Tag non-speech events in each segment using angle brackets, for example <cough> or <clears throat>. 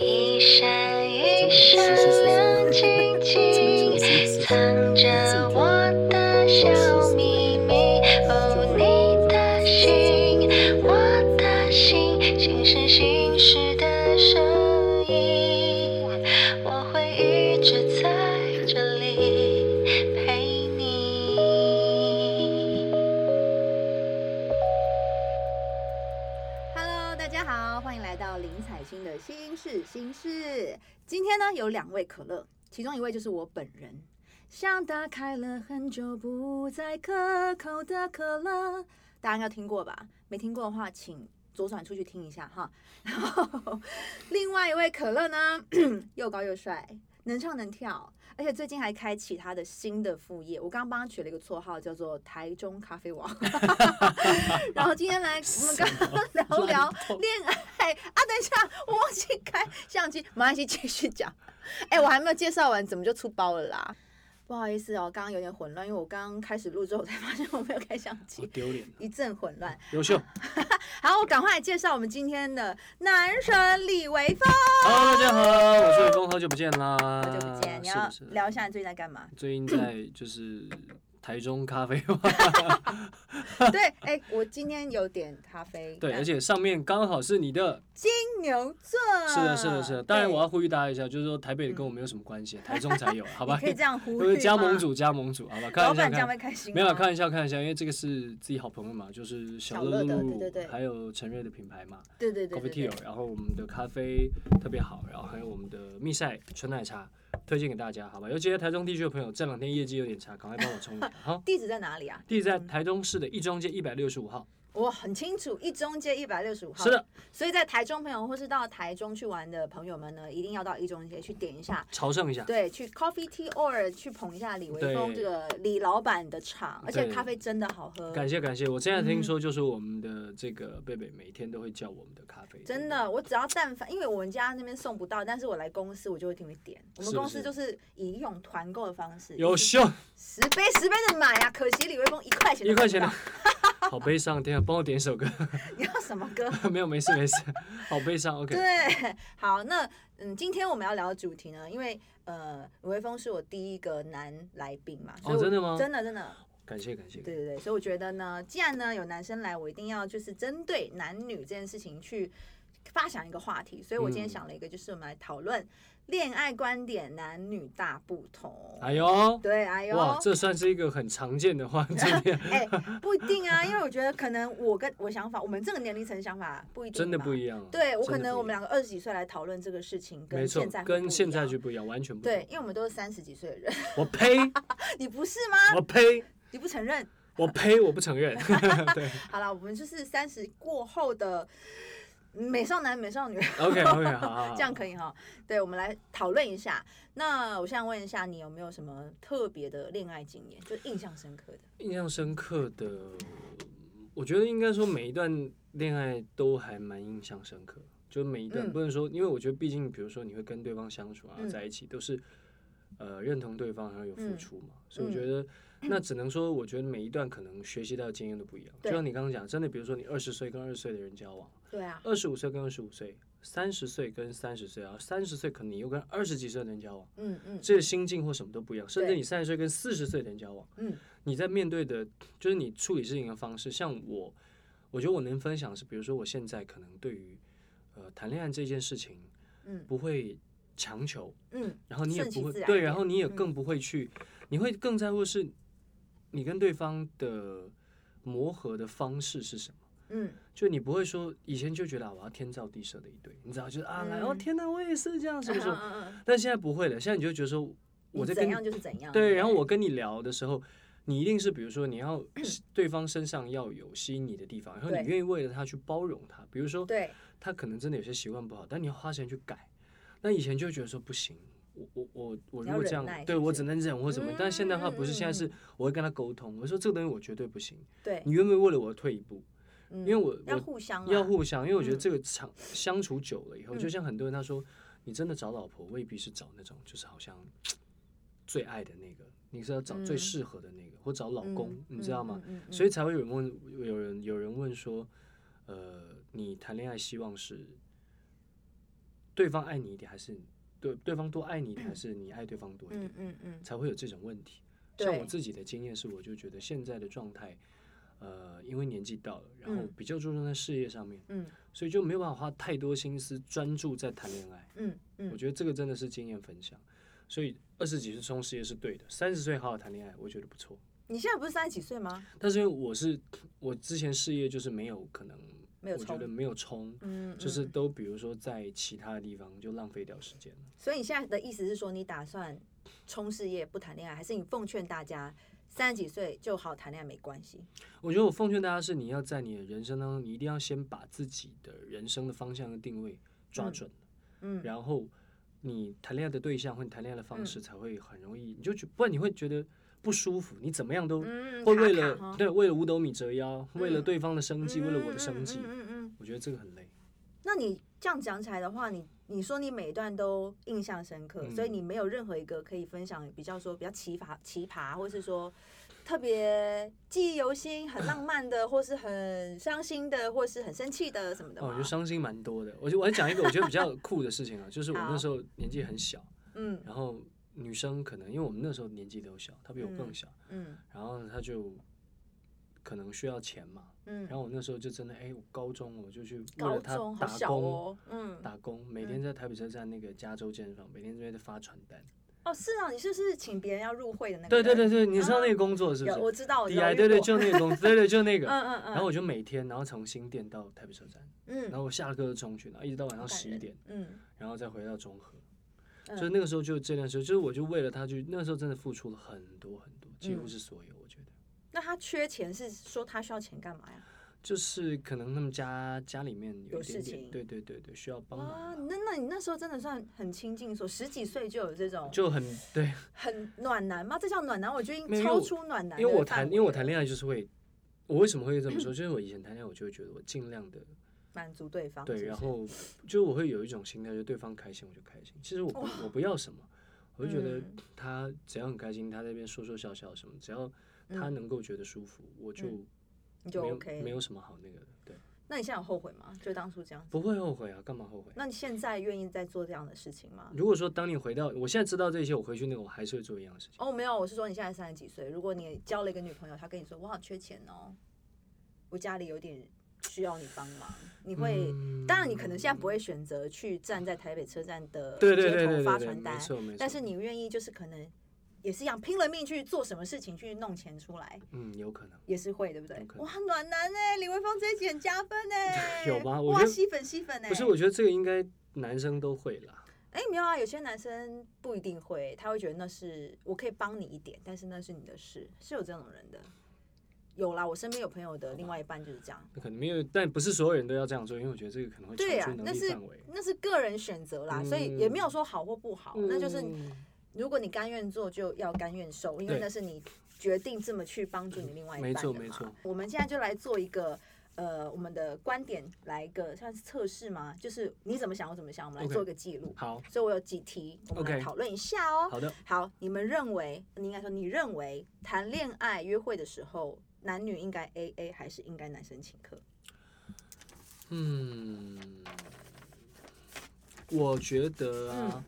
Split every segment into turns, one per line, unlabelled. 一闪一闪亮晶晶，藏着我的小秘密。哦，你的心，我的心，心是心事的声音。我会一直在这里陪你。
Hello，大家好，欢迎来到林采欣的新事新事。今天呢，有两位可乐，其中一位就是我本人，像打开了很久不再可口的可乐，大家应该听过吧？没听过的话，请左转出去听一下哈。 <laughs> 然后，另外一位可乐呢， <clears throat> 又高又帅，能唱能跳，而且最近还开启他的新的副业。我刚刚帮他取了一个绰号，叫做“台中咖啡王” 。然后今天来，我们刚刚 <laughs> 聊聊恋爱啊！等一下，我忘记开相机，没关系，继续讲。哎、我还没有介绍完，怎么就出包了啦？不好意思哦，刚刚有点混乱，因为我刚刚开始录之后，我才发现我没有开相
好
机，
丢脸，
一阵混乱。
优秀。
好，我赶快来介绍我们今天的男神李维峰。
Hello，大家好，我是伟峰，好久不见啦，
好久不见，你要
啊是不是
聊一下你最近在
<laughs>
干嘛？
最近在就是台中咖啡吧，
对，哎、我今天有点咖啡。
对，而且上面刚好是你的，
金牛座。
是的，是的，是的。当然，
对
我要呼吁大家一下，就是说台北跟我没有什么关系，台中才有，好吧
<laughs>
你？可以这样
<laughs>
呼
都是
吁
加盟
吗，
主，加盟主，好吧？开
老
玩笑，
板这
开
样
玩
会开心啊吗？
没有啊开玩笑，开玩笑，因为这个是自己好朋友嘛，就是小
小乐
乐
的
露露，
对对对
还有陈瑞的品牌嘛
对对对
，Coffee
对对
Tea，然后我们的咖啡特别好，然后还有我们的蜜晒纯奶茶，推荐给大家，好吧？尤其在台中地区的朋友，这两天业绩有点差，赶快帮我冲一下，
<laughs>
好。
地址在哪里啊？
地址在台中市的一中街一百六十五号。
我很清楚，一中街一百六十五号。
是的，，
所以在台中朋友或是到台中去玩的朋友们呢，一定要到一中街去点一下，
朝圣一下。
对，去 Coffee Tea or 去捧一下李维峰
对
这个李老板的场，而且
对
咖啡真的好喝。
感谢感谢，我现在听
嗯
说就是我们的这个贝贝每天都会叫我们的咖啡，
真的，我只要但凡，因为我们家那边送不到，但是我来公司我就会给你点。我们
是不
公司
是
就是以用团购的方式，
优秀，
十杯十杯的买啊！可惜李威峰一块钱都
一块钱
<laughs>
的
买不，
好悲伤，天啊，帮我点一首歌， <laughs>
到，你要什么歌？
没有没事没事，好悲伤，OK， <laughs>
对，好，那嗯，今天我们要聊的主题呢，因为呃，李威峰是我第一个男来宾嘛，所以我
哦真的吗
真的真的，
感谢感谢，
对对对，所以我觉得呢，既然呢有男生来，我一定要就是针对男女这件事情去发想一个话题，所以我今天
嗯
想了一个，就是我们来讨论恋爱观点男女大不同。
哎呦，
对，哎呦，
哇，这算是一个很常见的
<laughs>
话题，
哎、不一定啊，因为我觉得可能我跟我想法，我们这个年龄层想法不一定，
真的不
样。
一样啊，
对我
真的不
可
一
能
样
我们两个二十几岁来讨论这个事情，
没
跟
错
现在，会不
跟
一
现在
样
就不一样，完全不一
对
样，，
因为我们都是三十几岁的人， <laughs>
我呸，
你不是吗？
我呸，
你不承认？
我呸，我不承
<laughs>
认， <laughs> 对
好了，我们就是三十过后的美少男、美少女，
，OK OK，好好，好
这样可以哈。对，我们来讨论一下。那我想问一下，你有没有什么特别的恋爱经验，就印象深刻的？
印象深刻的，我觉得应该说每一段恋爱都还蛮印象深刻，就每一段、
嗯
不能说，因为我觉得毕竟比如说你会跟对方相处啊，
嗯
在一起都是呃认同对方，然后有付
嗯
出嘛，所以我觉得。那只能说，我觉得每一段可能学习到的经验都不一样。就
对
像你刚刚讲，真的，比如说你二十岁跟二十岁的人交往，
对啊，
二十五岁跟二十五岁，三十岁跟三十岁啊，三十岁可能你又跟二十几岁的人交往，
嗯嗯
这个心境或什么都不一样。甚至
对
你三十岁跟四十岁的人交往，
嗯，
你在面对的，就是你处理事情的方式。像我，我觉得我能分享的是，比如说我现在可能对于呃谈恋爱这件事情，
嗯
不会强求，
嗯，
然后你也
顺其
不会
自然一
对，
点
然后你也
嗯
更不会去，你会更在乎是你跟对方的磨合的方式是什么。
嗯
就你不会说以前就觉得啊，我要天造地设的一对，你知道，就是啊，来哦
嗯
天哪，我也是这样，是不是？
嗯 <laughs> 嗯嗯
但现在不会了，现在你就觉得说我
你
在
怎
跟
样就是怎样。
对，
不
然后我跟你聊的时候，你一定是比如说你要对方身上要有吸引你的地方，然后
对
你愿意为了他去包容他。比如说
对
他可能真的有些习惯不好，但你要花时间去改。那以前就会觉得说不行，我我我我
你
如
要
果这
忍
样
耐，
对
是不
我
是
只能忍或怎么样。但现在的话不是，现在
嗯嗯
是我会跟他沟通，我说这个东西我绝对不行，
对
你，愿不愿意为了我退一步？
因
因为我
要
我
互相啊
要互相，因为我觉得
嗯
这个长相处久了以后，
嗯
就像很多人他说，你真的找老婆未必是找那种就是好像最爱的那个，你是要找最适合的那个，或找老公，
嗯
你知道吗？？
嗯嗯嗯嗯
所以才会有人问，有人有人问说，呃，你谈恋爱希望是对方爱你一点，还是对对方多爱你一点，还是你爱对方多一点？
嗯嗯嗯，
才会有这种问题。像我
对
自己的经验是，我就觉得现在的状态，呃，因为年纪到了，然后
嗯
比较注重在事业上面，
嗯
所以就没有办法花太多心思专注在谈恋爱。
嗯嗯，
我觉得这个真的是经验分享。所以二十几岁冲事业是对的，三十岁好好谈恋爱，我觉得不错。
你现在不是三十几岁吗？
但是因为我是我之前事业就是没有可能，
没有
我觉
冲
得没有冲，
嗯，
就是
嗯
都比如说在其他地方就浪费掉时间了。
所以你现在的意思是说，你打算冲事业不谈恋爱，还是你奉劝大家三十几岁就好谈恋爱没关系？
我觉得我奉劝大家是，你要在你的人生当中，你一定要先把自己的人生的方向跟定位抓
嗯
准，
嗯，
然后你谈恋爱的对象或你谈恋爱的方
嗯
式才会很容易，你就觉不然你会觉得不舒服，你怎么样都
嗯
会
卡
为
卡
了、
哈
对为了五斗米折腰，为了
嗯
对方的生计，为了我的
嗯
生计
嗯，嗯嗯嗯。
我觉得这个很累。
那你这样讲起来的话，你你说你每一段都印象深刻，
嗯
所以你没有任何一个可以分享比较说比较奇葩奇葩，或是说特别记忆犹新、很浪漫的，或是很伤心的，或是很生气的什么的
哦，
吗？
我觉得伤心蛮多的。我就我还讲一个我觉得比
<laughs>
较酷的事情啊，就是我
好
那时候年纪很小，
嗯
然后女生可能因为我们那时候年纪都小，她比我更
嗯
小，
嗯
然后她就可能需要钱嘛，
嗯
然，后我那时候就真的哎，我高中我就去为
高
了她
中好
打
小
工。
哦，嗯，
打工，每天在台北车站那个加州健身房，每天在那发传单。
哦是啊，你是不是请别人要入会的那个
对
人？
对对对，你知道那个
啊
工作是不
有我
是
知道，我知道，
？DI
我
对对，
遇过
就那个工作，对对就那个。
嗯嗯嗯，
然后我就每天，然后从新店到台北车站，
嗯，
然后我下课就冲去，然后一直到晚上
好感
十一
人
点，
嗯
然后再回到中和。
嗯
所以那个时候就这段时间，就是我就为了他去，那时候真的付出了很多很多，几乎
嗯
是所有，我觉得。
那他缺钱是说他需要钱干嘛呀？
就是可能他们家家里面有
有
一点
事
点，
情
对对对对，需要帮忙
啊，
吧，
那那你那时候真的算很亲近，说十几岁就有这种
就很对，
很暖男吗？这叫暖男？我觉得已
没有
经超出暖男
因为我谈，因为我谈
爱
恋爱就是会，我为什么会这么说？就是我以前谈恋爱，我就会觉得我尽量的
满足对方，
对，
是不
然
是
后就是我会有一种心态，就是对方开心我就开心。其实我不我不要什么，我就觉得
嗯
他只要很开心，他在那边说说笑笑什么，只要他
嗯
能够觉得舒服，我就
嗯你
没
就
有
OK
没有什么好那个的，对，
那你现在有后悔吗？就当初这样子，
不会后悔啊，干嘛后悔？
那你现在愿意再做这样的事情吗？
如果说当你回到，我现在知道这些，我回去那个我还是会做一样的事情。
哦，没有，我是说你现在三十几岁，如果你交了一个女朋友，她跟你说我好缺钱哦，我家里有点需要你帮忙，你会、
嗯
当然你可能现在不会选择去站在台北车站的
对对对
街头
对
发
对对，
传
没
单，
错没错。
但是你愿意就是可能也是一样拼了命去做什么事情去弄钱出来，
嗯，有可能。
也是会对不对
有？可能
哇，暖男哎、李维峰这一集很加分
<laughs>
哎、
有吗我
哇，
觉得
吸粉吸粉哎、
不是，我觉得这个应该男生都会啦。
哎、没有啊，有些男生不一定会，他会觉得那是我可以帮你一点，但是那是你的事，是有这种人的。有啦，我身边有朋友的另外一半就是这样。
那可能没有，但不是所有人都要这样做，因为我觉得这个可能会超
对啊
出，能
那
力
是
范围。
那是个人选择啦，所以也没有说好或不好，那就是
嗯
如果你甘愿做，就要甘愿受，因为
对
那是你决定这么去帮助你另外一半
没错
的嘛
没错。
我们现在就来做一个呃，我们的观点来一个算是测试吗？就是你怎么想，我怎么想，我们来
OK
做一个记录。
好
所以我有几题，我们来
OK
讨论一下哦。
好的，
好，你们认为，你应该说你认为谈恋爱约会的时候，男女应该 A A 还是应该男生请客？
嗯，我觉得啊，
嗯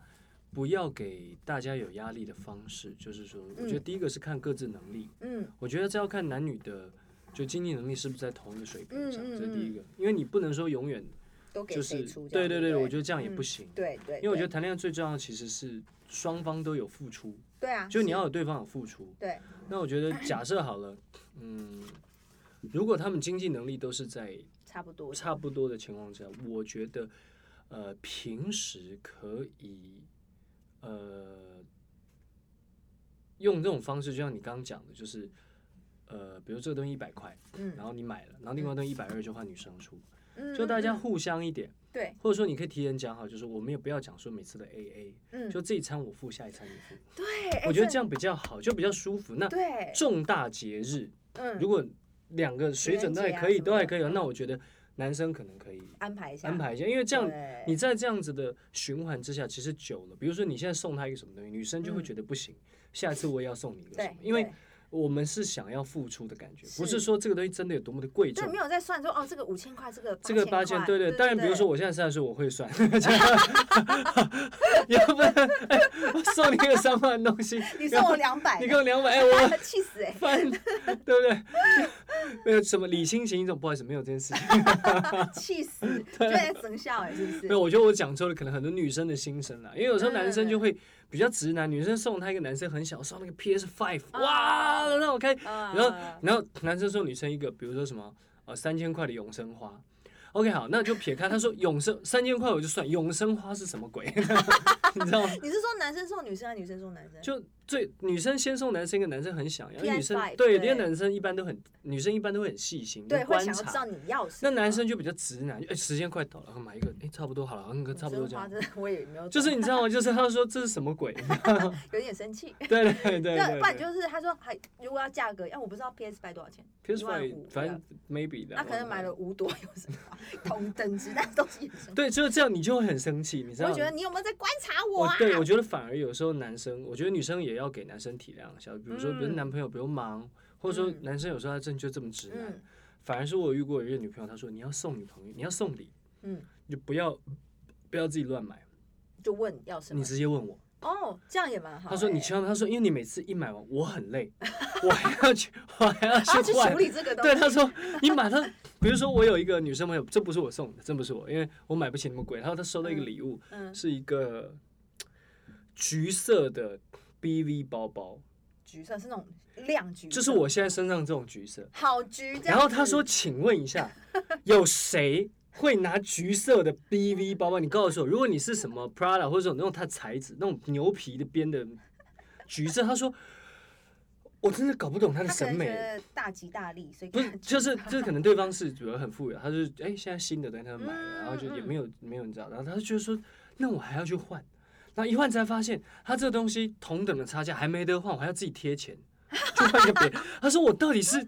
不要给大家有压力的方式，就是说，我觉得
嗯
第一个是看各自能力，
嗯
我觉得这要看男女的。就经济能力是不是在同一个水平上，
嗯嗯
这是第一
嗯
个，因为你不能说永远
都给
就是
谁出这
对
样？
对
对
对，
不
我觉得这样也不
嗯
行，
对对，
因为我觉得
对
谈恋爱最重要的其实是双方都有付出，
对啊，
就你
是
要有对方有付出。
对
那我觉得假设好了，嗯，如果他们经济能力都是在
差不多
差不多的情况下，我觉得呃平时可以呃用这种方式，就像你刚刚讲的，就是呃比如这个东西一百块，
嗯
然后你买了，然后另外东西一百二就换女生出，
嗯
就大家
嗯嗯
互相一点，
对，
或者说你可以提前讲好，就是我们也不要讲说每次的 A
嗯
A，就这一餐我付，下一餐你付，
对，哎
我觉得这样比较好，就比较舒服。那
对，
重大节日，
嗯，
如果两个水准都还可以，
情人节啊
都还可以
什么，的
那我觉得男生可能可以
安排一下，
安排一下，因为这样
对
你在这样子的循环之下，其实久了，比如说你现在送她一个什么东西，女生就会觉得不行，下次我也要送你一个什
嗯对
么，，因为
对
我们是想要付出的感觉，不
是
是说这个东西真的有多么的贵重
对，没有在算说哦，这个五千块，这个
这个八
千
千
块，，
对
对，
当然，比如说
我
我现在三十岁，我会算， <laughs> 要不然、哎我送你个三万的东西，
你送
然后
我两百，
你给我两百，哎，我
<laughs> 气死
<laughs>
哎！
翻，对不对？ <laughs> 没有什么礼轻情意重，不好意思，没有这件事情。 <laughs>
气死，就在整笑哎，是不是？
没有，我觉得我讲错了，可能很多女生的心声啦，因为有时候男生就
嗯
会比较直男，女生送他一个男生很小，送那个 PS Five，
啊
哇，让我开，
啊，
然后然后男生送女生一个，比如说什么呃三千块的永生花。OK，好，那就撇开。他说永生三千块我就算，永生花是什么鬼？ <laughs> 你知道吗？
你是说男生送女生，还是女生送男生？
就最女生先送男生一个，男生很想要，因为女
PS5
生对，
对
因为男生一般都很，女生一般都会很细心，
对，会
观
想要知道
察。
你要什
那
么。
男生就比较直男，哎，时间快到了，买一个，哎，差不多好了，嗯，差不多这样
女。生花真的我也没有懂，
就是你知道吗？就是他说这是什么鬼？ <laughs>
有点生气。
对对对对
对，
对。
不然就是他说还如果要价格，哎要我不知道 PS 百多少钱，
PS
15,000
Five，反正 maybe 的。
那可能买了五朵有
<laughs>
什么同等值，但是都是衍生。
对，就是这样，你就会很生气，你知
我
道
会
吗
觉？得你有没有在观察我
我
啊？
哦对我觉得反而有时候男生，我觉得女生也要给男生体谅一下，比如说，比如
嗯
男朋友比如忙，或者说
嗯
男生有时候他真的就这么直男。
嗯
反而是我有遇过有一个女朋友，她说你要送女朋友，你要送礼，
嗯，
你就不要不要自己乱买，
就问要什么
你？直接问我。
哦，这样也蛮好欸。
她说你千万，她说因为你每次一买完我很
<laughs>
累，我还要去我还要
他去
去换
处。理这个东
对，
西。
她说你买她，比如说我有一个女生朋友，这不是我送的，真不是我，因为我买不起那么贵。然后她收到一个
嗯
礼物，
嗯，
是一个橘色的 BV 包包，
橘色是那种亮橘色，
就是我现在身上这种橘色。
好橘这样子。
然后他说：“请问一下，有谁会拿橘色的 BV 包包？你告诉我，如果你是什么 Prada 或者那种它材质那种牛皮的边的橘色，他说我真的搞不懂他的
他可
审
能觉
美。
得大吉大利，所以
不
给 <laughs>
是
他，橘
就是
色
就是可能对方是主要很富有，他就是哎、现在新的东西他买
嗯
了，然后就也
嗯
没有没有人知道，然后他就觉得说那我还要去换，然后一换才发现他这个东西同等的差价还没得换，我还要自己贴钱去换一个别人。他说我到底
<laughs>
是，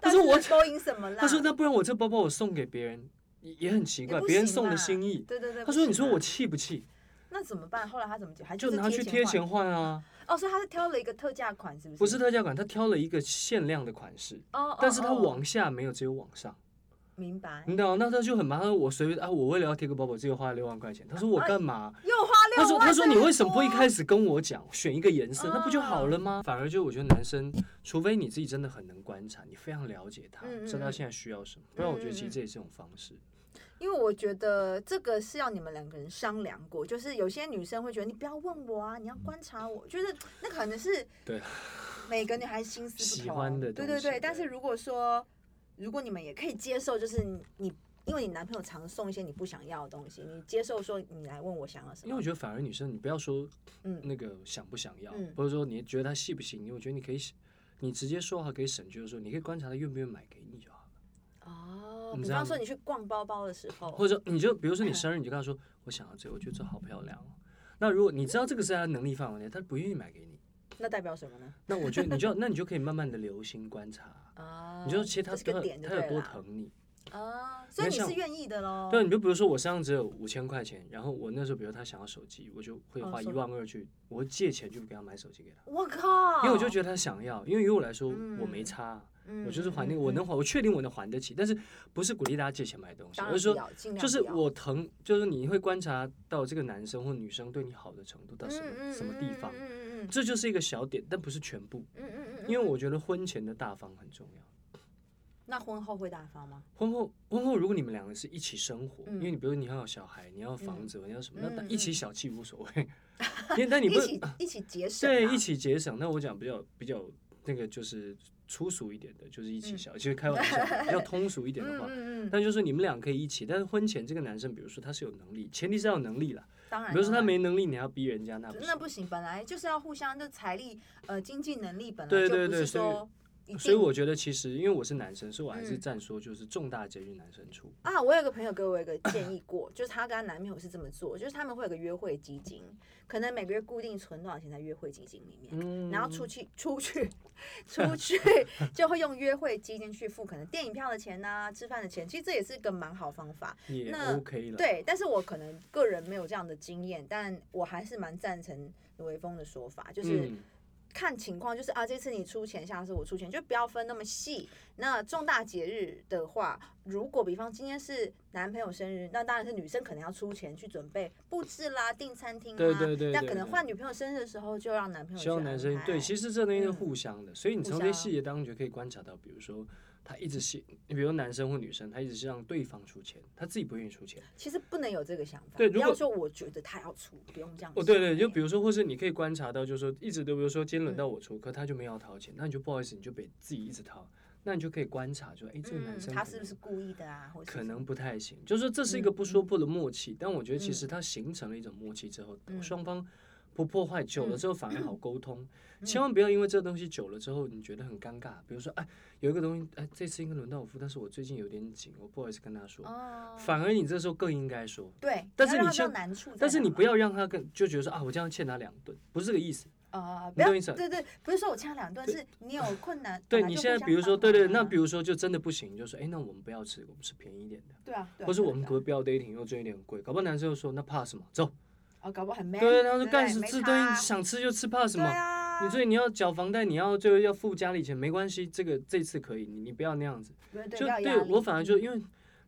他说我
到底是勾引什么啦？
他说：“那不然我这包包我送给别人也也很奇
也
怪，
不
别人
行
送的
啦
心意。
对对对。”
他说：“
不
你
行
说
啦
我气不气？
那怎么办？后来他怎么解？还
就是拿去贴
贴
钱
换
换
<laughs>
啊！
哦，所以他是挑了一个特价款，是不是？
不是特价款，他挑了一个限量的款式，
哦，哦，
但是他
哦
往下没有，只有往上，
明白
你，懂吗？那他就很麻烦。我随便啊，我为了要贴个包包，只有花了六万块钱。他说我干嘛？
又花啊六
他
万。
说他说你为什么不一开
始？
始跟我讲选一个颜色，那不就好
啊
了吗？反而就我觉得男生，除非你自己真的很能观察，你非常了解他
嗯，嗯
知道他
嗯
现在需要什么，不然我觉得其
嗯嗯
实
嗯
这也是一种方式。
因为我觉得这个是要你们两个人商量过，就是有些女生会觉得你不要问我啊，你要观察我，就是那可能是
对
每个女孩心思不同，
喜欢的
对
东
对
西
对。但是
对
如果说，如果你们也可以接受，就是你你因为你男朋友常送一些你不想要的东西，你接受说你来问我想要什么，
因为我觉得反而女生，你不要说
嗯
那个想不想要，
嗯
或者说你觉得他细不细腻，我觉得你可以，你直接说好可以省去的时候，你可以观察他愿不愿意买给你就好了。
哦，
你
比
知道
方说
吗
你去逛包包的时候，
或者说你就比如说你
嗯
生日，你就跟他说我想要这个，我觉得这好漂亮哦。那如果你知道这个是他的能力范围内，他不愿意买给你，
那代表什么呢？
那我觉得你就 <laughs> 那你就可以慢慢的留心观察。
啊，
你就其实他
这是个
他
点就
他
对
有多
了嗯
疼你，
啊，所以你
像
是愿意的喽？
对，你就比如说我身上只有五千块钱，然后我那时候比如他想要手机，我就会
哦
花一
手
万二去，我会借钱去给他买手机给他，
我靠！
因为我就觉得他想要，因为于我来说我
哦嗯
没差啊，
得
我就是还那个，我
嗯
能还，我确定我能还得起，但是不是鼓励大家借钱买东西，
当
而
然
是
不
说
要嗯尽量
就是
不要
我疼，就是你会观察到这个男生或女生对你好的程度到什
嗯
么什么地方，
嗯嗯嗯
这就是一个小点，但不是全部，
嗯嗯嗯嗯，
因为
嗯
我觉得婚前的大方很重要。
那婚后会大方吗？
婚后，婚后如果你们两个是一起生活，
嗯
因为你比如你要有小孩，你要有房
嗯
子，你要什么，
嗯
那
嗯
一起小气无所
<laughs>
谓，因为但你
一
不
起一起节省啊嘛，
对一起节省。那我讲比较比较那个就是粗俗一点的，就是一起
嗯
小，其实开玩笑的，比较通俗一点的
<laughs> 嗯
话，
嗯嗯，
但就是你们俩可以一起，但是婚前这个男生，比如说他是有能力，前提是要有能力啦。
当然
比如说他
当然
没能力，你还要逼人家，那不
啊那
行。
不行，本来就是要互相的财力呃经济能力本来
对
就
对
不
对
是
所以
说一
所以
定
我觉得其实因为我是男生，所以我还是
嗯
站说就是重大节日男生出。
啊，我有个朋友给我一个建议过， <clears throat> 就是她跟她男朋友是这么做，就是他们会有个约会基金，可能每个月固定存多少钱在约会基金里面，
嗯
然后出去出去出去就会用约会基金去付可能电影票的钱呐、吃饭的钱，其实这也是个蛮好方法。
也
那
OK 了。，
对，但是我可能个人没有这样的经验，但我还是蛮赞成卢维峰的说法，就是
嗯，
看情况，就是啊，这次你出钱，下次我出钱，就不要分那么细。那重大节日的话，如果比方今天是男朋友生日，那当然是女生可能要出钱去准备布置啦、订餐厅啦。
对对对
但
对
可能
对
换女朋友生日的时候，就让男朋友
希望
去
男
安
生
排
对，其实这东西是
嗯
互相的，所以你
互
从这些
相嗯
细节当中就可以观察到，比如说他一直是，比如男生或女生，他一直是让对方出钱，他自己不愿意出钱。
其实不能有这个想法。
对
不
如
要
果
说我觉得他要出，不用这样想。
哦，对对，就比如说，或是你可以观察到，就是说一直都，比如说今天轮
嗯
到我出，可他就没有要掏钱，那你就不好意思，你就得自己一直掏，那你就可以观察，就哎，这个
嗯
男，生
他
可
是不
能
是故意的啊？或者是
可
什
能
么
不太行，就是说这是一个
嗯
不说破的默契，但我觉得其
嗯
实它形成了一种默契之后，
嗯
双方不破坏久了
嗯
之后反而好沟通，
嗯
千万不要因为这东西久了之后你觉得很尴尬，比如说哎有一个东西哎这次应该轮到我付，但是我最近有点紧，我不好意思跟他说，
哦，
反而你这时候更应该说，
对，
但
要
是
让
你
他知道
就
难处在哪嘛，
但是你不要让他跟就觉得说啊我这样欠他两顿，不是这个意思，
啊，不
你
要
懂意思
对对，不是说我掐两顿，
对
是你有困难，
对
本来
你
就
现在
互相
比如说对
帮
对，
忙
那
啊
比如说就真的不行，你就说哎那我们不要吃，我们吃便宜一点的，
对啊，对啊
或是
对啊
我们
对啊
不不要 dating 又追一点贵，搞不好男生又说那怕什么走。
哦，搞不好很 man，
对，啊他说
不
干什
没
么这
差
东
啊
西想吃就吃，怕什
对
么？
啊，
你所以你要缴房贷，你要最后要付家里钱，没关系，这个这次可以，你你不要那样子。
对对
就
不要
对
压
我
力
反而就
嗯
因为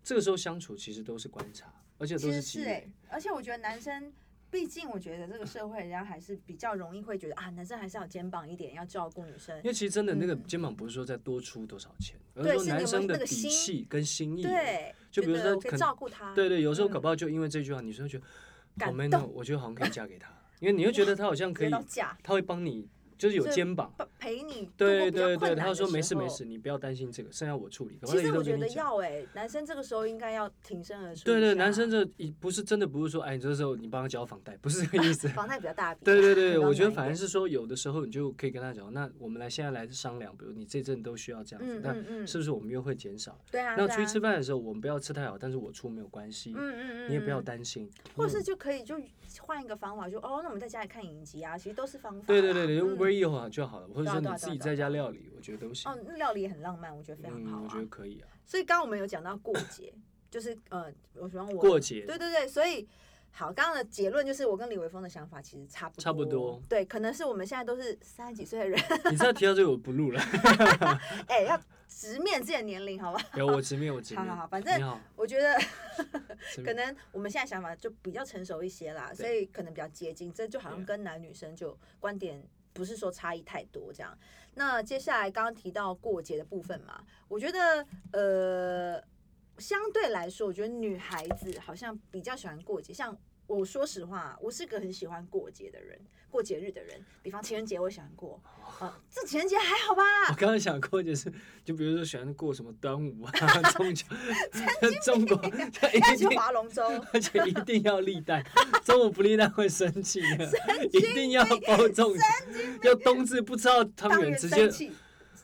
这个时候相处其实都是观察，而且都
其实
积
是
累
哎。，而且我觉得男生。毕竟，我觉得这个社会，人家还是比较容易会觉得啊，男生还是要有肩膀一点，要照顾女生
因。为其实真的那个
嗯
肩膀不是说再多出多少钱，而
对
是说
是你有没
男
有
生的
那个
底
心
气跟心意。，
对，
就
觉
比如
得
说
我可
可
以
能
照顾他。
对对，有时候
嗯
搞不好就因为这句话，女生会觉得
感
好 man 哦，
动
我觉得好像可以嫁给他，因为你会觉得他好
<laughs>
像可
接
以，
到假，
他会帮你，就是有
所以
肩膀。
不陪你。
对对对，他说
说
没事没事，。你不要担心这个，剩下我处理。搞不好
其
那
实
个都
我觉
跟
得
你讲
要啊哎、男生这个时候应该要挺身而出一下。。
对对，男生这一不是真的不是说，哎，你这时候你帮他交房贷，不是这个意思 <laughs>
房贷比较大笔啊。
对对
比
对，
较
我觉得
难一
反而
点
是说，有的时候你就可以跟他讲，那我们来现在来商量，比如你这阵都需要这样子
嗯，
那
嗯嗯，
是不是我们约会减少？
对啊，
那
对
出去
啊
吃饭的时候，我们不要吃太好，但是我出没有关系，
嗯嗯嗯，
你也不要
嗯，
担心。
或是
嗯
就可以就换一个方法，就哦，那我们在家里看影集啊，其实都是方法。
对对对对，就 Uber
嗯
E 好就好了，或者
对啊
说你
对啊
自
对啊
己
对啊
在家
对
料理，我觉得都行
哦。，那料理也很浪漫，我觉得非常好
嗯，我觉得
啊。
可以啊。
所以刚刚我们有讲到过节，就是呃，我喜欢我
过节
对对对，所以好，刚刚的结论就是我跟李维峰的想法其实差不
差不多
对，可能是我们现在都是三十几岁的人， <laughs>
你再提到这个我不录了，
哎，要直面自己的年龄，好吧？
有我直面我直
好
面。
好好反正
你好，
我觉得
直
可
面
能我们现在想法就比较成熟一些啦，
嗯对啊
所以可能比较接近，这就好像
Yeah
跟男女生就观点不是说差异太多这样。那接下来刚刚提到过节的部分嘛，我觉得呃，相对来说，我觉得女孩子好像比较喜欢过节，像。我说实话，我是个很喜欢过节的人，过节日的人。比方情人节，我喜欢过。
哦
呃，这情人节还好吧
我？刚刚想过就是，就比如说喜欢过什么端午
<laughs>
啊、中秋， <laughs> 中国他
要
一 <laughs>
去
定，
划龙舟，
而且一定要立蛋，中午不立蛋会生气的，一定要包粽子，要冬至不吃到汤
当
圆
然
直接
生气，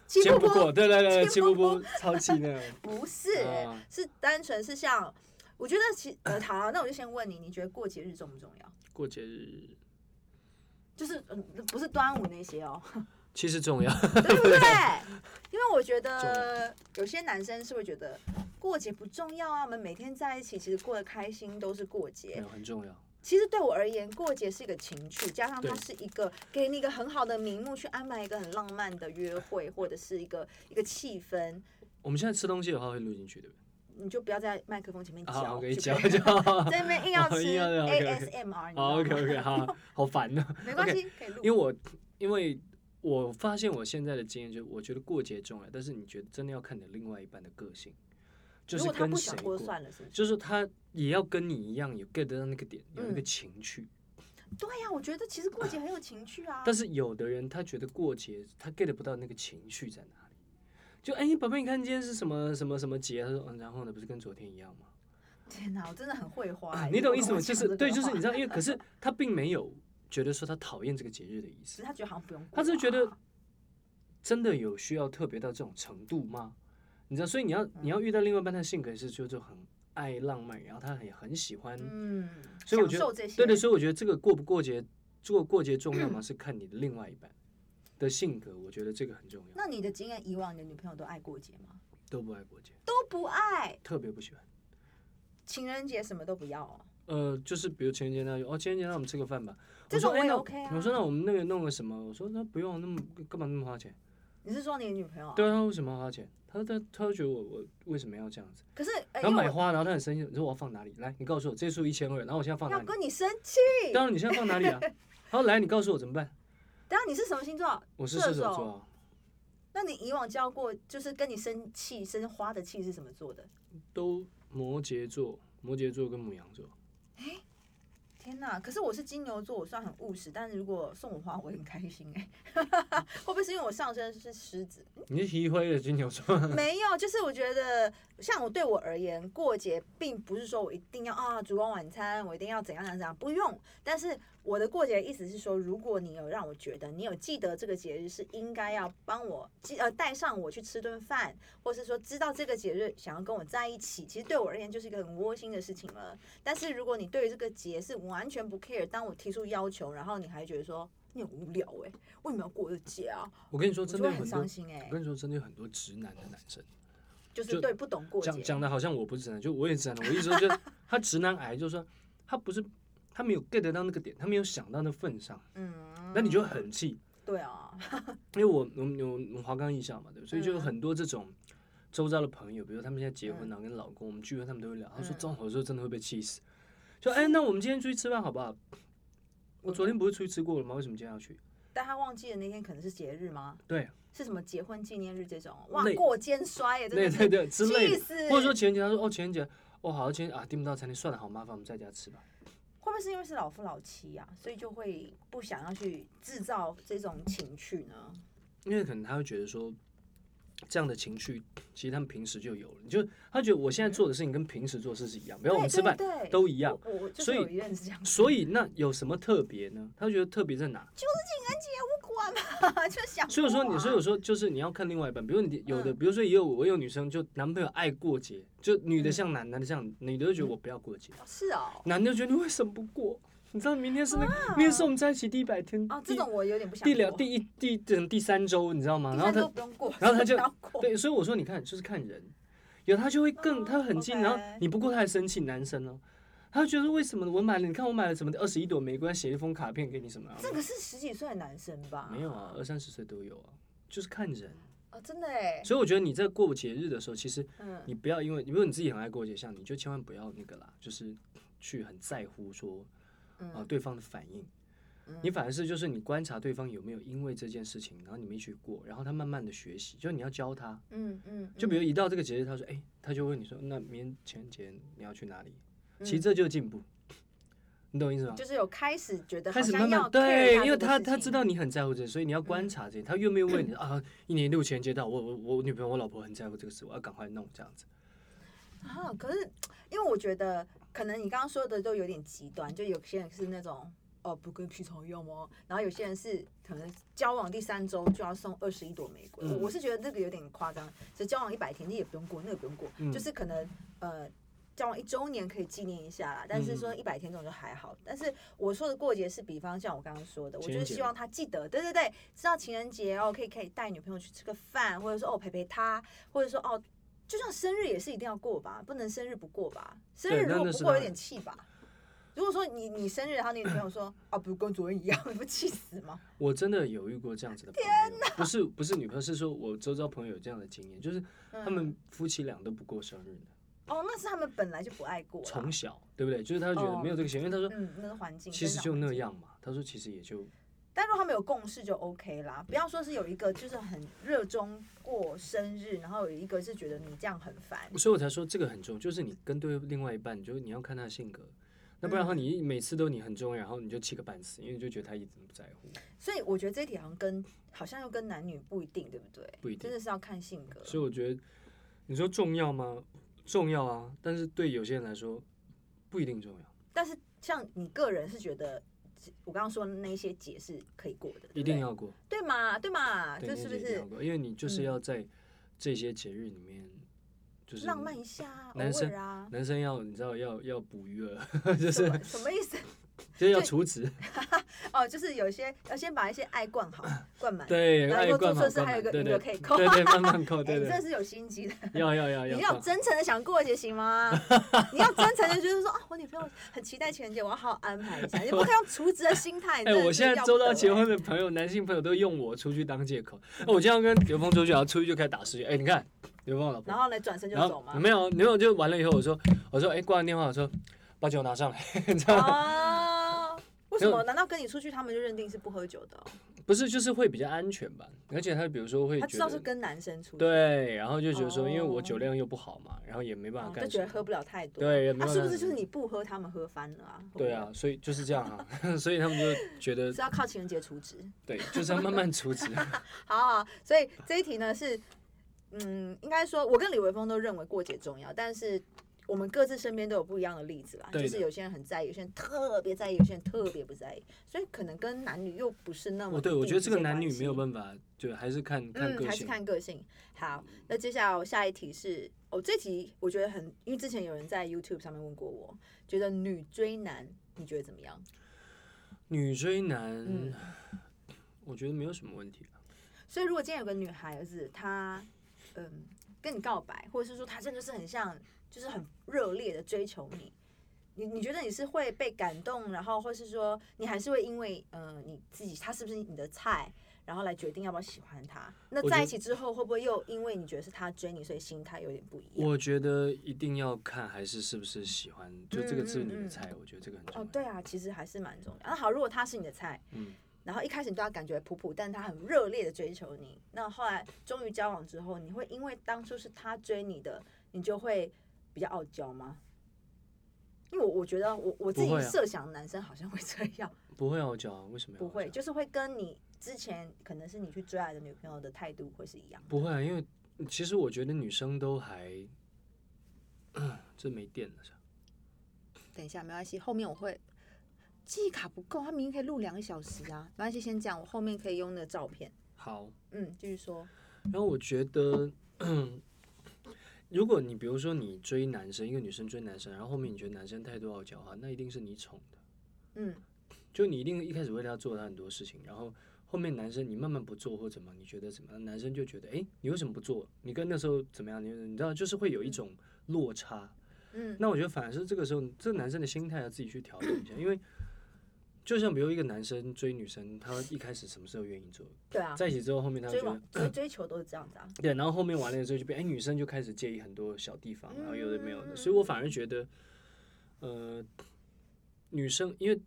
气
煎
不
不过，对对对，
气
气
不
不不，超气那
<laughs>
样。
不是，
啊
是单纯是像，我觉得其呃，好
<laughs>
啊、那我就先问你，你觉得过节日重不重要？
过节日
就是、呃、不是端午
<laughs>
那些哦，
其实重要，
对不对？因为我觉
重
得有些男生是会觉得过节不重要啊，我们每天在一起，其实过得开心都是过
没
节
有。很重要。
其实对我而言，过节是一个情趣，加上它
对
是一个给你一个很好的名目去安排一个很浪漫的约会，或者是一个一个气氛，
我们现在吃东西的话会录进去，对不对？
你就不要在麦克风前面嚼，
啊，我给你
就
教
不要
教。 <laughs>
在那边硬要吃
哦硬要要，OK，OK
ASMR，你知道
好
吗
，OK OK，好，好烦哦。
没关
OK，
系，可以录。
因为我因为我发现我现在的经验就是，我觉得过节重要，但是你觉得真的要看你的另外一半的个性，就
如
是
果他
跟
不
谁
想过就算了，是不是？
就是他也要跟你一样有 get 到那个点，有那个
嗯
情趣。
对哎呀、我觉得其实过节很有情趣啊。
但是有的人他觉得过节他 get 不到那个情绪在哪里，就哎，宝贝，你看今天是什么什么什么节？他说，嗯，然后呢，不是跟昨天一样吗？
天哪，我真的很会花、
啊你懂意思吗？
哎
就
如果跟我讲
是
这个
对，就是
话
你知道，因为可
<laughs>
是他并没有觉得说他讨厌这个节日的意
只
思
是，他觉得好像不用过啊、
他只是觉得真的有需要特别到这种程度吗？你知道，所以你
嗯
要你要遇到另外一半，他性格是就就很爱浪漫，然后他也很喜欢，
嗯，
所以我觉
享受
得
这些
对对，所以我觉得这个过不过节，过过节重要
嗯
吗？是看你的另外一半的性格，我觉得这个很重要。
那你的经验，以往你的女朋友都爱过节吗？
都不爱过节，
都不爱，
特别不喜欢。
情人节什么都不要哦。
呃，就是比如情人节那有哦，情人节那我们吃个饭吧。
这种
我说
我也
哎那
OK 啊
我说那我们那个弄个什么？我说那不用，那么干嘛那么花钱？
你是说你的女朋友啊？
对啊，他为什么要花钱？他他他就觉得我我为什么要这样子？
可是，呃
然后
因为
买
我
花，然后他很生气，你说我要放哪里？来，你告诉我，这束一千二，然后我现在放哪
要
里？
跟你生气。
当然你现在放哪里啊？然后来，你告诉我怎么办？
当然，你是什么星座？
我是
射
射手座
手
啊，
那你以往交过，就是跟你生气、生花的气是什么座的？
都摩羯座，摩羯座跟母羊座，
天哪！可是我是金牛座，我算很务实，但是如果送我花，我会很开心哎、 <laughs> 会不会是因为我上身是狮子？
你是提灰的金牛座，
<laughs> 没有，就是我觉得，像我对我而言，过节并不是说我一定要啊烛光晚餐，我一定要怎样怎样怎样，不用。但是我的过节的意思是说，如果你有让我觉得你有记得这个节日是应该要帮我记呃带上我去吃顿饭，或是说知道这个节日想要跟我在一起，其实对我而言就是一个很窝心的事情了。但是如果你对于这个节是完全不 care，当我提出要求，然后你还觉得说你很无聊哎、为什么要过这个节啊？
<laughs> 我跟你说，
我就
真的
会
有
很
很多，
伤
我
心哎、
跟你说，真的有很多直男的男生，
就是
就
对不懂过节
讲。讲的好像我不是直男，就我也直男的，我一直说就
<laughs>
他直男癌，就是说他不是他没有 get 到那个点，他没有想到那份上，
嗯，
那你就很气，
对啊，
因为我我们有我们华冈艺校嘛，对不对，所以就有
嗯
很多这种周遭的朋友，比如他们现在结婚
嗯
了，跟老公我们聚会，他们都会聊。他说这
嗯
种有时候真的会被气死，就哎，那我们今天出去吃饭好不好？我昨天不是出去吃过了吗？为什么今天要去？
但他忘记了那天可能是节日吗？
对
是什么结婚纪念日这种？哇，
类
过肩摔耶，真
对
的
对
是
对之类
气
的，
死！
或者说情人节，他说哦情人节哦好情人节啊订不到餐厅，算了，好麻烦，我们在家吃吧。
会不会是因为是老夫老妻啊，所以就会不想要去制造这种情趣呢？
因为可能他会觉得说。这样的情绪，其实他们平时就有了。你就他觉得我现在做的事情跟平时做的事是一样，比如我们吃饭
对对对
都一样，
我我我就是
所以
有一任是这样，
所以那有什么特别呢？他觉得特别在哪？
管嘛，就想。啊
所以说你，所以我，说就是你要看另外一半，比如你有的，
嗯
比如说也有我有女生，就男朋友爱过节，就女的
嗯
像男，男的像女女的就觉得我不要过节，
是哦，
男的就觉得你为什么不过？你知道明天是那个，明天是我们在一起第一百天，
啊，这
第
种我有点不想
第两
过
第一第等第三周，你知道吗？
第
然后
三周
他
不用过，
然后他就
<laughs> 不要过
对，所以我说你看就是看人，有他就会更
哦
他很近，
OK
然后你不过他还生气，男生哦。他就觉得为什么我买了？你看我买了什么二十一朵玫瑰，写一封卡片给你什么、啊？
这个是十几岁的男生吧？
没有啊，二三十岁都有啊，就是看人。
哦，真的哎，
所以我觉得你在过节日的时候，其实
嗯，
你不要因为，如果你自己很爱过节，像你就千万不要那个啦，就是去很在乎说啊、
嗯
对方的反应。你反而是就是你观察对方有没有因为这件事情，然后你们一起过，然后他慢慢的学习，就是你要教他。
嗯嗯，
就比
嗯
如一到这个节日，他说：“哎、他就问你说，那明天情人节你要去哪里？”其实
嗯
这就是进步，你懂我意思吗？
就是有开始觉得
啊
好
开始
像
慢
要
慢对
care 他，
因为
这个
他
事
他
情
知道你很在乎这个，所以你要观
嗯
察这些。他愿不愿意问你啊？一年六千接到我我我女朋友我老婆很在乎这个事，我要赶快弄这样子。
啊。可是因为我觉得，可能你刚刚说的都有点极端，就有些人是那种哦不跟皮草一样哦，然后有些人是可能交往第三周就要送二十一朵玫瑰。我
嗯
我是觉得这个有点夸张，就交往一百天你也不用过，那个不用过，
嗯
就是可能呃。交往一周年可以纪念一下啦，但是
嗯
说一百天这种就还好。但是我说的过节是，比方像我刚刚说的，我
情
就
人
是
节
希望他记得，对对对，知道情人节哦，可以可以带女朋友去吃个饭，或者说哦陪陪她，或者说哦，就像生日也是一定要过吧，不能生日不过吧。生
对
日
那
如果
那
不
是当
过有
然
点气吧。如果说你你生日，然后你女朋友说啊，不跟昨天一样，你不气死吗？
我真的有遇过这样子的朋友，不是不是女朋友，是说我周遭朋友有这样的经验，就是他们夫妻俩都不过生日的，
嗯哦，那是他们本来就不爱过啦，
从小对不对？就是他觉
哦
得没有这个行为，因为他说
嗯，那个环境
其实
生长
就
环
那
境
样嘛，他说其实也就
但如果他们有共识就 OK 啦，不要说是有一个就是很热衷过生日，然后有一个是觉得你这样很烦。
所以我才说这个很重要，就是你跟对另外一半，你就你要看他的性格，那不然的话，
嗯
你每次都你很重要，然后你就气个半死，因为你就觉得他一直不在乎。
所以我觉得这一题好像跟好像又跟男女不一定，对不对？
不一定
真的是要看性格。
所以我觉得，你说重要吗？重要啊，但是对有些人来说不一定重要。
但是像你个人是觉得我刚刚说的那一些解是可以过的，对不
一定
对
要过，
对嘛对嘛，
对
这
那些一
是不
定
是
要过？因为你就是
嗯
要在这些节日里面，就是
浪漫一下啊，
男
偶
生
尔啊？
男生要你知道要要捕鱼了， <laughs> 就
什
是
么什么意思？
就是要
对
除
<laughs>
子，
哦，就是有些要先把一些爱
<coughs>
灌好，灌满。
对，
然后
爱
如果
灌
注册
好
是
灌
还
满，
有一个
对
余
对
额可以扣
对对，慢慢
<laughs>
扣，
哎，
对哎
你
对
这，是有心机的。
要要要
你
要
要
灌
真诚的想过节
<laughs>
行吗？你要真诚的，就是说啊，我女朋友很期待情人节，我要好好安排一下。
<laughs>
你不可以用除职的心态。
哎、
真的
我
是
现在
要
周
不
到
得
结
哎
婚的朋友，男性朋友都用我出去当借口。哎我经常跟刘峰出去，然后出去就开始打世界。哎、你看刘峰我老婆，
然后呢，转身就
然
走
后
嘛。
没有，没有就完了以后，我说我说哎、挂完电话，我说把酒拿上来，你知道吗？
啊？为什
没有
么？难道跟你出去，他们就认定是不喝酒的哦、
不是，就是会比较安全吧。而且他比如说会
他
觉
知道是
得
跟男生出去，
对，然后就觉得说，因为
哦
我酒量又不好嘛，然后也没办法
哦，
干
就
什
觉
么。
得喝不了太
啊
多。
对也没
他、
有
是不
那
是就是
种
你不喝，他们喝翻了啊？
对
会
啊，
不
所以就是这样
<laughs>
啊， <laughs> 所以他们就觉得
会，是要靠情人节除职。
对，就是要慢慢处
<laughs>
置。
好好，所以这一题呢是，嗯，应该说，我跟李维峰都认为过节重要，但是我们各自身边都有不一样的例子啦。
对
就
的
是有些人很在意，有些人特别在意，有些人特别不在意，所以可能跟男女又不是那么。
我哦对我觉得这个男女没有
法。
办法，就还是看看
嗯，
个
还是
性。
看个性。好，那接下来我下一题是，哦，这题我觉得很，因为之前有人在 YouTube 上面问过我，觉得女追男，你觉得怎么样？
女追男，
嗯
我觉得没有什么问题啊、
所以如果今天有个女孩子，她嗯跟你告白，或者是说她真的是很像，就是很热烈的追求你，你你觉得你是会被感动，然后或是说你还是会因为呃你自己她是不是你的菜，然后来决定要不要喜欢她？那
我觉
在
得
一起之后会不会又因为你觉得是她追你，所以心态有点不一样？
我觉得一定要看还是是不是喜欢，就这个是不是你的菜，我觉得这个很重要。
哦，对啊，其实还是蛮重要。那好，如果他是你的菜，
嗯，
然后一开始你对他感觉普普，但他很热烈的追求你，那后来终于交往之后，你会因为当初是他追你的，你就会比较傲娇吗？因为我我觉得我我自己
不会啊
设想男生好像会 <laughs> 这样，
不会傲娇啊？为什么要
不
傲
会，
娇
就是会跟你之前可能是你去追来的女朋友的态度会是一样的。
不会、啊，因为其实我觉得女生都还，这没电了是吧？
等一下，没关系，后面我会记忆卡不够，他明明可以录两个小时啊，没关系，先讲，我后面可以用那个照片。
好，
嗯，继续说。
然后我觉得， <coughs> 如果你比如说你追男生，一个女生追男生，然后后面你觉得男生态度傲娇啊，那一定是你宠的，
嗯，
就你一定一开始为他做了很多事情，然后后面男生你慢慢不做或怎么，你觉得怎么样，男生就觉得哎，诶你为什么不做？你跟那时候怎么样？你你知道，就是会有一种落差。
嗯
那我觉得反而是这个时候，这男生的心态要自己去调整一下，因为就像比如一个男生追女生，他一开始什么时候愿意做，，
对啊，
在一起之后，后面他会
追
觉得
往追追求都是这样子啊。
对，然后后面完了之后就变，哎，女生就开始介意很多小地方，然后有的没有
嗯
的，所以我反而觉得，呃，女生因为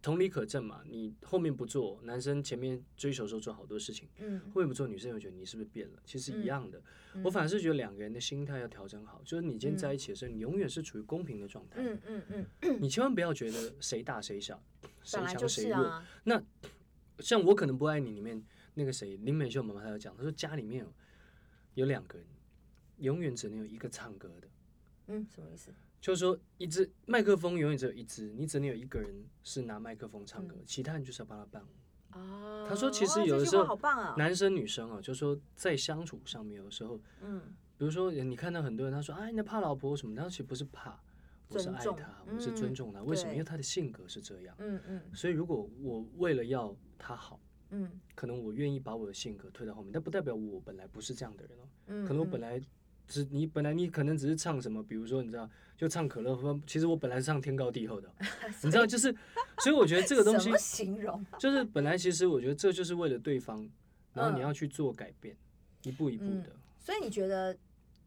同理可证嘛，你后面不做，男生前面追求的时候做好多事情，
嗯，
后面不做，女生又觉得你是不是变了？其实
嗯
一样的，
嗯
我反而是觉得两个人的心态要调整好，就是你今天在一起的时候，你永远是处于公平的状态，
嗯嗯嗯，
你千万不要觉得谁大谁小，谁
本来就
强谁
是
弱，
啊。
像我可能不爱你里面那个谁林美秀妈妈她有讲，她说家里面有有两个人，永远只能有一个唱歌的，
嗯，什么意思？
就是说一支麦克风永远只有一支，你只能有一个人是拿麦克风唱歌，
嗯
其他人就是要帮他伴舞。
哦，
他说其实
哇
有
这
的
句
时
话
候
好棒啊。
男生女生啊，就说在相处上面，有的时候，
嗯，
比如说你看到很多人，他说哎，你怕老婆什么的，他其实不是怕，我是
尊
爱
重
他，我是尊
嗯
重他。为什么？
对
因为他的性格是这样。
嗯嗯
所以如果我为了要他好，
嗯
可能我愿意把我的性格推到后面，但不代表我本来不是这样的人哦。
嗯，
可能我
嗯
本来只你本来你可能只是唱什么，比如说你知道，就唱可乐风，其实我本来是唱天高地厚
<laughs>
的哦，你知道，就是，所以我觉得这个东
怎
西
么形容？啊
就是本来其实我觉得这就是为了对方，然后
嗯
你要去做改变，一步一步的，
所以你觉得，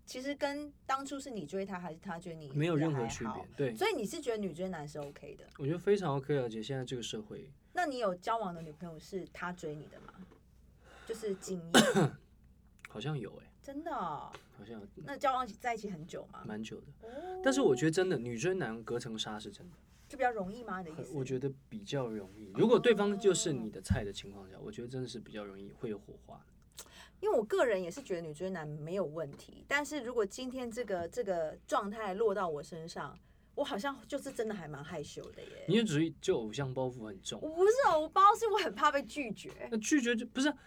其实跟当初是你追他还是他追你，
没有
你觉
任
得
何
还
区
好
别。。对，
所以你是觉得女追男是 OK 的？
我觉得非常 OK 了解现在这个社会，
那你有交往的女朋友是他追你的吗？就是经验，
好像有哎、
<coughs> 真的哦、
好像有
那交往在一起很久
<coughs>
吗？
蛮久的。
哦
但是我觉得真的女追男隔层纱是真的，
就比较容易吗？你的意
很
思？
我觉得比较容易。如果对方就是
哦
你的菜的情况下，我觉得真的是比较容易会有火花。
因为我个人也是觉得女追男没有问题，但是如果今天这个这个状态落到我身上，我我好像就是真的还蛮害羞的耶。
你也只是就偶像包袱很
我
重，
不是偶包，是我很怕被拒绝，
那拒绝就不是
<laughs>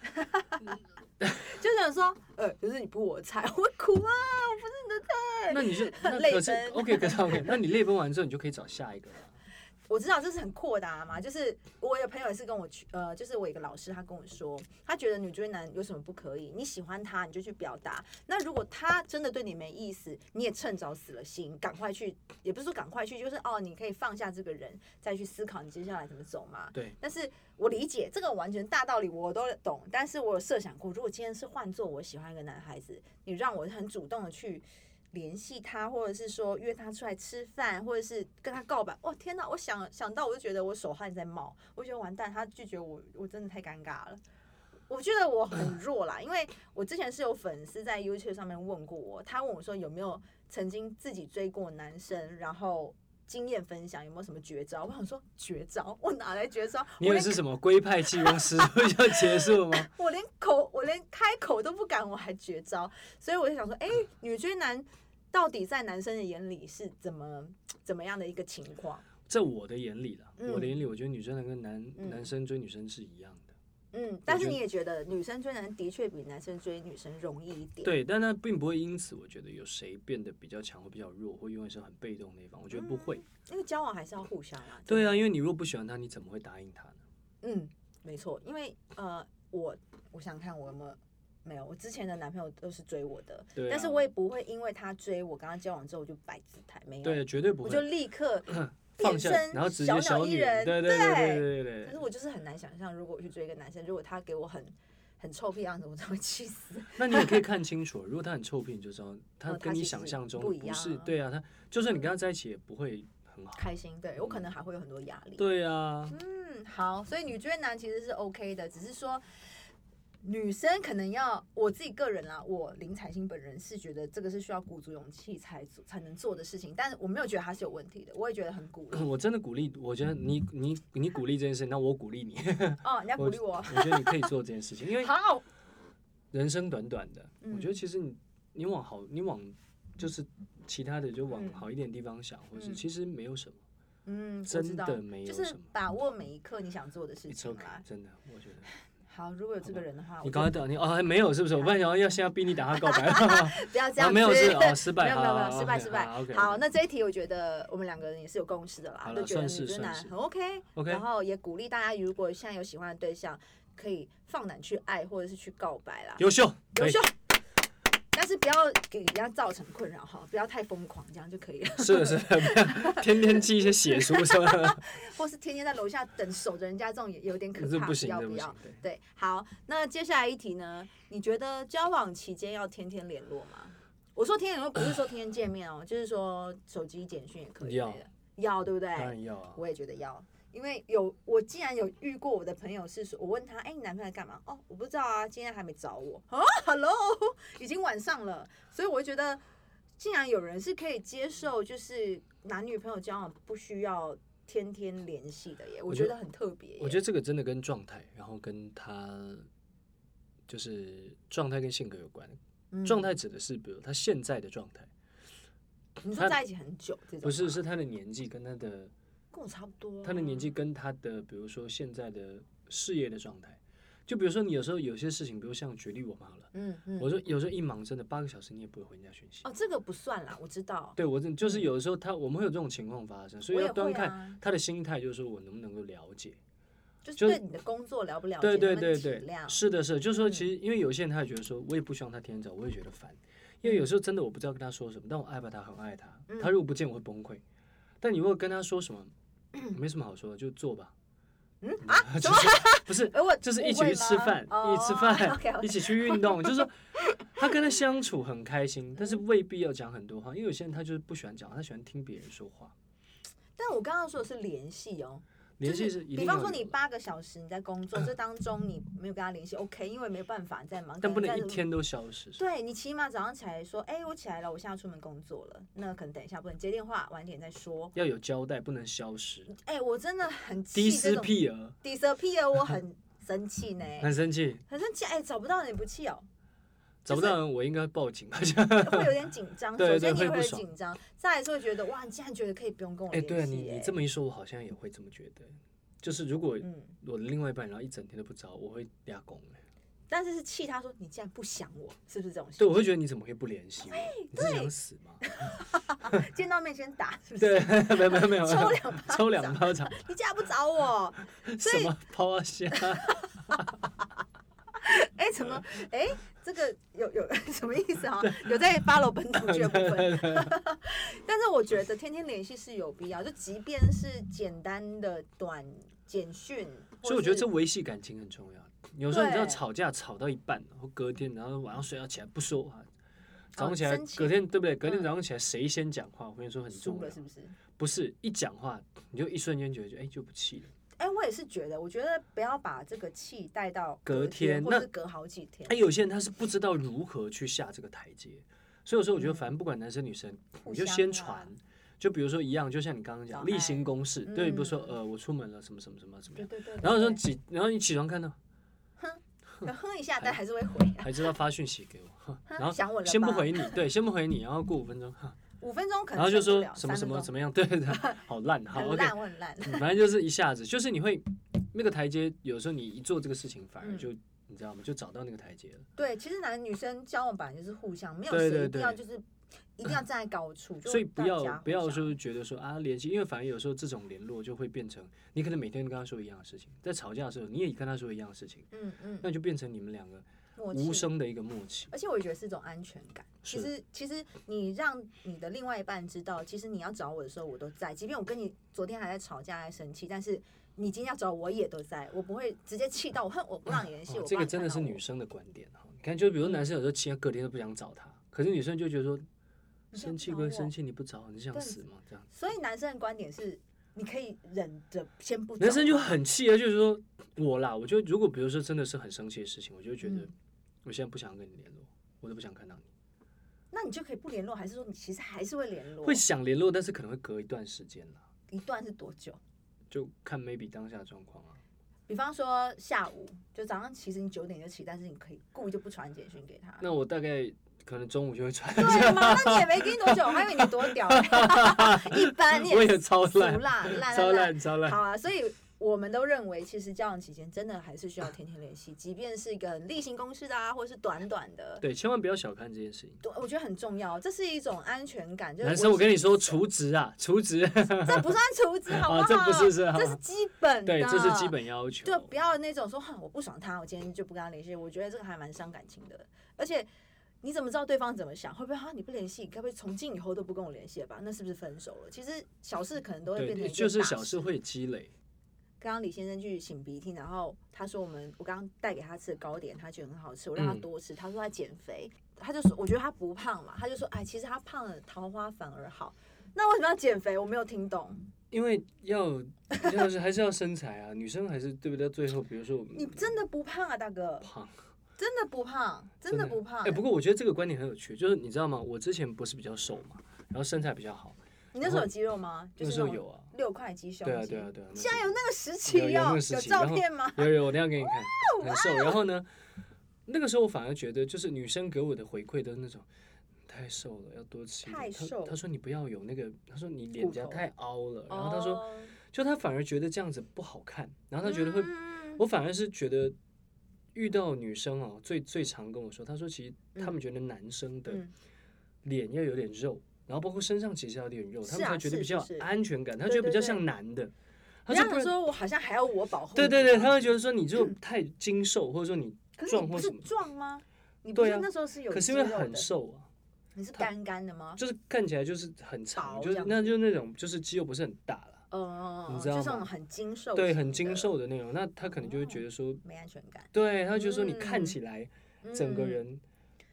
啊、
就想说，呃，可是你不我菜，我会哭啊，我不是你的菜。
那你就那
泪
可是
奔
OK 可是 OK，那你泪奔完之后，你就可以找下一
<laughs>
个了。
我知道这是很扩大嘛，就是我有朋友也是跟我去，呃，就是我有一个老师，他跟我说，他觉得女追男有什么不可以？你喜欢他，你就去表达。那如果他真的对你没意思，你也趁早死了心，赶快去，也不是说赶快去，就是哦，你可以放下这个人，再去思考你接下来怎么走嘛。
对，
但是我理解这个完全大道理我都懂，但是我有设想过，如果今天是换做我喜欢一个男孩子，你让我很主动的去联系他，或者是说约他出来吃饭，或者是跟他告白，哦天哪，我想想到我就觉得我手汗在冒，我觉得完蛋，他拒绝我，我真的太尴尬了。我觉得我很弱啦，因为我之前是有粉丝在 YouTube 上面问过我，他问我说有没有曾经自己追过男生，然后经验分享有没有什么绝招？我想说绝招，我哪来绝招？
你
我
也
连
是什么龟派气功师 <laughs> 不就结束了吗？
我连口我连开口都不敢，我还绝招，所以我就想说，哎、女追男到底在男生的眼里是怎么怎么样的一个情况？
在我的眼里啦，
嗯
我的眼里，我觉得女生跟男、
嗯
男生追女生是一样的。
嗯，但是你也觉得女生追男的确比男生追女生容易一点，，
对，但那并不会因此我觉得有谁变得比较强或比较弱，或永远是很被动那一方。我觉得不会。
因为交往还是要互相啊。
对啊，因为你如果不喜欢他，你怎么会答应他呢？
嗯，没错，因为呃，我我想看我有没有没有，我之前的男朋友都是追我的，
对啊
但是我也不会因为他追我，跟他交往之后我就摆姿态，没有，
对，绝对不
我就
会
立刻
放
变
下，
身
然后直
小
接
鸟
小
依
女
人
人。对对对对对对
可是
对。
我就是很难想象，如果我去追一个男生，如果他给我很很臭屁的样子，我真的会气死。
<laughs> 那你也可以看清楚，如果他很臭屁，你就知道他
哦他
跟你
其实
想象中
不一
不
样
是。
啊
对啊，他就算你跟他在一起也不会很好。
开心，对我可能还会有很多压力。
嗯对啊，
嗯，好，所以女追男其实是 OK 的，只是说女生可能要我自己个人啦，我林采欣本人是觉得这个是需要鼓足勇气才做才能做的事情，但是我没有觉得他是有问题的，我也觉得很
<clears throat>
鼓励
我真的鼓励，我觉得你你你鼓励这件事，那我鼓励你，
哦，你要鼓励我，
我觉得你可以做这件事情，因为
好，
人生短短的，
嗯
我觉得其实你你往好，你往就是其他的就往
嗯
好一点地方想，或是
嗯
其实没有什么
嗯，我
真
知道
的没有
就是
什么
把握每一刻你想做的事
，it's
情
OK，
啦。
真的，我觉得
啊好，如果有这个人的话，
你
我
刚才等你哦，还没有是不是？我本来想要要现在逼你打他告白，
不要这
啊
样子，
没有
<laughs>
是哦失败
没有没有没
好
有失败
OK，
失败
好，OK，OK。
好，那这一题我觉得我们两个人也是有共识的啦
好，了
就觉得
算是
女追男
算是
很 OK。
OK
然后也鼓励大家，如果现在有喜欢的对象，可以放胆去爱或者是去告白啦，
优秀，
优
可以
秀。但是不要给人家造成困扰哈，不要太疯狂，这样就可以了。 <laughs>
是的 <laughs> 是的，不要天天寄一些血书什么的，
或是天天在楼下等守着人家，这种也有点可
这
怕，
不行，
要
这
不
不行
要？，
对。
对，好，那接下来一题呢？你觉得交往期间要天天联络吗？我说天天联络不是说天天见面哦，就是说手机简讯也可以之类的，要对不
当
对？
然要啊，
哎我也觉得要，因为有我既然有遇过我的朋友是说，我问他，哎，你男朋友在干嘛？哦，我不知道啊，今天还没找我啊，Hello，已 <laughs> 经晚上了，所以我觉得，竟然有人是可以接受，就是男女朋友交往不需要天天联系的耶，我
我觉
觉
得
得很特别耶。
我觉得这个真的跟状态，然后跟他就是状态跟性格有关。
嗯
状态指的是，比如他现在的状态，
你说
他
在一起很久这种吗，
不是是他的年纪跟他的
跟我差不多、
他的年纪，跟他的，比如说现在的事业的状态。就比如说你有时候有些事情，比如像举例我妈好了，
嗯嗯，
我说有时候一忙真的八个小时你也不会回人家讯息。
哦，这个不算啦，我知道，
对我真就是有的时候他我们会有这种情况发生，所以
嗯我也
要端
会啊
看他的心态，就是说我能不能够了解。
就是
就
对你的工作了不了解，
对对
能不能
对对
体谅，嗯
是的，是的，就是说，其实因为有些人他也觉得说，我也不希望他天天找，我也觉得烦，因为有时候真的我不知道跟他说什么，但我爱吧他，很爱他，
嗯
他如果不见我会崩溃，但你如果跟他说什
<clears throat>
么，没什么好说的，就做吧，嗯啊， <laughs> 就是不是
哎我
就是
误
一起
会
去吃
吗
饭，一起吃
哦
饭
<laughs> OK，OK
一起去运动，
<laughs>
就是说他跟他相处很开心，但是
嗯
未必要讲很多话，因为有些人他就是不喜欢讲，他喜欢听别人说话，
但我刚刚说的是联系哦，
联系
就是
一
比
定
方
要
说
有
你
的
八个小时你在工作，这当中你没有跟他联系，OK，因为没办法你在忙，
但不
可在
能一。天都消失，
对你起码早上起来说，哎、我起来了，我现在要出门工作了。那可能等一下不能接电话，晚点再说。
要有交代，不能消失，
哎、我真的很
低
气这
斯
种
屁儿。 <laughs>
disappear，我很生气呢，
很生气， <laughs>
很生气。哎、找不到你不气哦？
找不
就是
到人，我应该报警吧？
会有点紧张。
对对
首先你
会
会
不
有
爽
紧张，再来是会觉得哇，你竟然觉得可以不用跟我
哎，
联系、
对啊，你
哎
你这么一说，我好像也会这么觉得。就是如果
嗯，
我的另外一半，然后一整天都不找，我会压工哎。
但是是气他说你竟然不想我，是不是这哎种心
对，我会觉得你怎么可以不联系我？你是想死吗？ <laughs>
情？见到面先打，是不是？
对，
<laughs>
没有没有没有，
抽两巴掌
<laughs> 抽两巴掌，
你竟然不找我，
什么抛啊 <laughs> 虾？
<laughs> 哎、
<laughs>
怎么？哎、这个有有 <laughs> 什么意思啊？有在 follow 本土剧的部
<laughs>
分， <laughs> 但是我觉得天天联系是有必要，就即便是简单的短简讯，
所以我觉得这
或
维系感情很重要。有时候你知道
对
吵架吵到一半，然后隔天，然后晚上睡觉起来不说话，早上
哦
起来
生气
隔天对不对？隔天
嗯
早上起来谁先讲话？我跟你说很
是
重
输
要
了，是，不是？
不是一讲话你就一瞬间觉得哎就不气了。
哎、我也是觉得，我觉得不要把这个气带到
隔
天，
天
或者
那
是隔好几天
哎，。有些人他是不知道如何去下这个台阶，所以有时候我觉得，反正不管男生女生，
嗯互
你就
相
先
啊
传。就比如说一样，就像你刚刚
早
讲例行
安
公事，对，比如说
嗯
呃我出门了什么什么什么怎么
对
样，
对对对
然后说
对
起，然后你起床看到
有哼一下，但还是会回啊。
还知道发讯息给我，
哼
然后
<laughs> 想我了
先不
吧
回你，对，先不回你，然后过五分钟，哈
五分钟可能
然后就
撑不
说
了
什么
三
什么
分钟
怎么样，对对，好烂，好
<laughs> 很
OK，嗯
烂，我
<laughs>
很烂。
反正就是一下子，就是你会那个台阶，有时候你一做这个事情，反而
嗯
就你知道吗？就找到那个台阶了。
对，其实男女生交往本来就是互相，没有
对
谁
对
一定要
对
就是一定要站在
<laughs>
高处，就
所以
大
不要
家
不
互
要
相
说觉得说啊联系，因为反而有时候这种联络就会变成你可能每天跟他说一样的事情，在吵架的时候你也跟他说一样的事情，
嗯嗯
那就变成你们两个
默
无
契，
声的一个默契。
而且我觉得是一种安全感。其
是
实其实你让你的另外一半知道，其实你要找我的时候我都在，即便我跟你昨天还在吵架还生气，但是你今天要找我也都在，我不会直接气到我恨我不让你联系，
哦
我
这
不让
个
你
真
看
的
到
是
我
女生的观点哈。你看，就比如
嗯
男生有时候气，他隔天都不想找他，可是女生就觉得说，
你
生
不
气
找
归
我
生气，你不找我，你是想
对
死吗？这样，
所以男生的观点是，你可以忍着先不找他。
男生就很气啊，就是说我啦，我就如果比如说真的是很生气的事情，我就会觉得
嗯
我现在不想跟你联络，我都不想看到你，
那你就可以不联络，还是说你其实还是会联络？
会想联络，但是可能会隔一段时间啦，
一段是多久？
就看 maybe 当下的状况啊。
比方说下午，就早上其实你九点就起，但是你可以故意就不传简讯给他。
那我大概可能中午就会传一
对
下，
吗？那你也没盯多久，我还以为你多
<laughs>
屌、一般你
我
是
也超
俗
<laughs> 烂，
辣烂
超
烂
烂超
烂。
烂
好，啊，所以我们都认为，其实交往期间真的还是需要天天联系，即便是一个很例行公事的啊，或者是短短的，
对，千万不要小看这件事情。
对，我觉得很重要，这是一种安全感。就是
男生，我跟你说，
除。
除职啊，除职。
这不算厨
<laughs>
子，好不好？
啊这不是是好
这是基本的，
对，这是基。本要求。
对，不要那种说哼，我不爽他，我今天就不跟他联系。我觉得这个还蛮伤感情的，而且你怎么知道对方怎么想？会不会哈、啊、你不联系，该不会从今以后都不跟我联系了吧？那是不是分手了？其实小事可能都会变成
对，
一件
就是
大
小事。会积累。
刚刚李先生去擤鼻涕，然后他说我们我刚刚带给他吃的糕点，他觉得很好吃，我让他
嗯
多吃。他说他减肥，他就说我觉得他不胖嘛，他就说哎，其实他胖了桃花反而好。那为什么要减肥？我没有听懂。
因为要 <laughs> 要是还是要身材啊，女生还是对不对？到最后，比如说我们
你真的不胖啊，大哥，
胖，
真的不胖，真的不胖。
哎、不过我觉得这个观点很有趣，就是你知道吗？我之前不是比较瘦嘛，然后身材比较好，
你那时候有肌肉吗？就
那
是
时候
那种
有啊，
六块肌胸肌。
对啊，对啊，对啊。
现在有那个时期
有有
哦，
那个时
有
期
照
然后
片吗？
有有，我等一下给你看，很瘦。然后呢，那个时候我反而觉得，就是女生给我的回馈都是那种。太瘦了，要多吃一点。
太瘦
她她说你不要有那个，她说你脸颊
骨头
太凹了。然后她说，
哦，
就她反而觉得这样子不好看，然后她觉得会
嗯
我反而是觉得遇到女生哦，最最常跟我说，她说其实她们觉得男生的
嗯
脸要有点肉，然后包括身上其实要有点肉，
是
他们
啊
才觉得
是
比较
是是
安全感，他
对
觉得比较
对对
像男的。
不
他
要
说不然，
说我好像还要我保护你。
对对对，他会觉得说你就太精瘦，或者说你
可是你
壮或
不
什
是
么，
壮吗？你不
对
是
啊
那时候是有
可是
肌
因
肉
为
的
很，瘦啊，
你是干干的吗？
就是看起来就是很长，
薄
就是
这
那就那种就是肌肉不是很大了，
嗯，
你
嗯
知道
就
吗
是那种很精瘦，
对，很精，瘦的那种，那他可能就会
哦
觉得说，
没安全感，
对，他就说你
嗯
看起来整个
嗯
人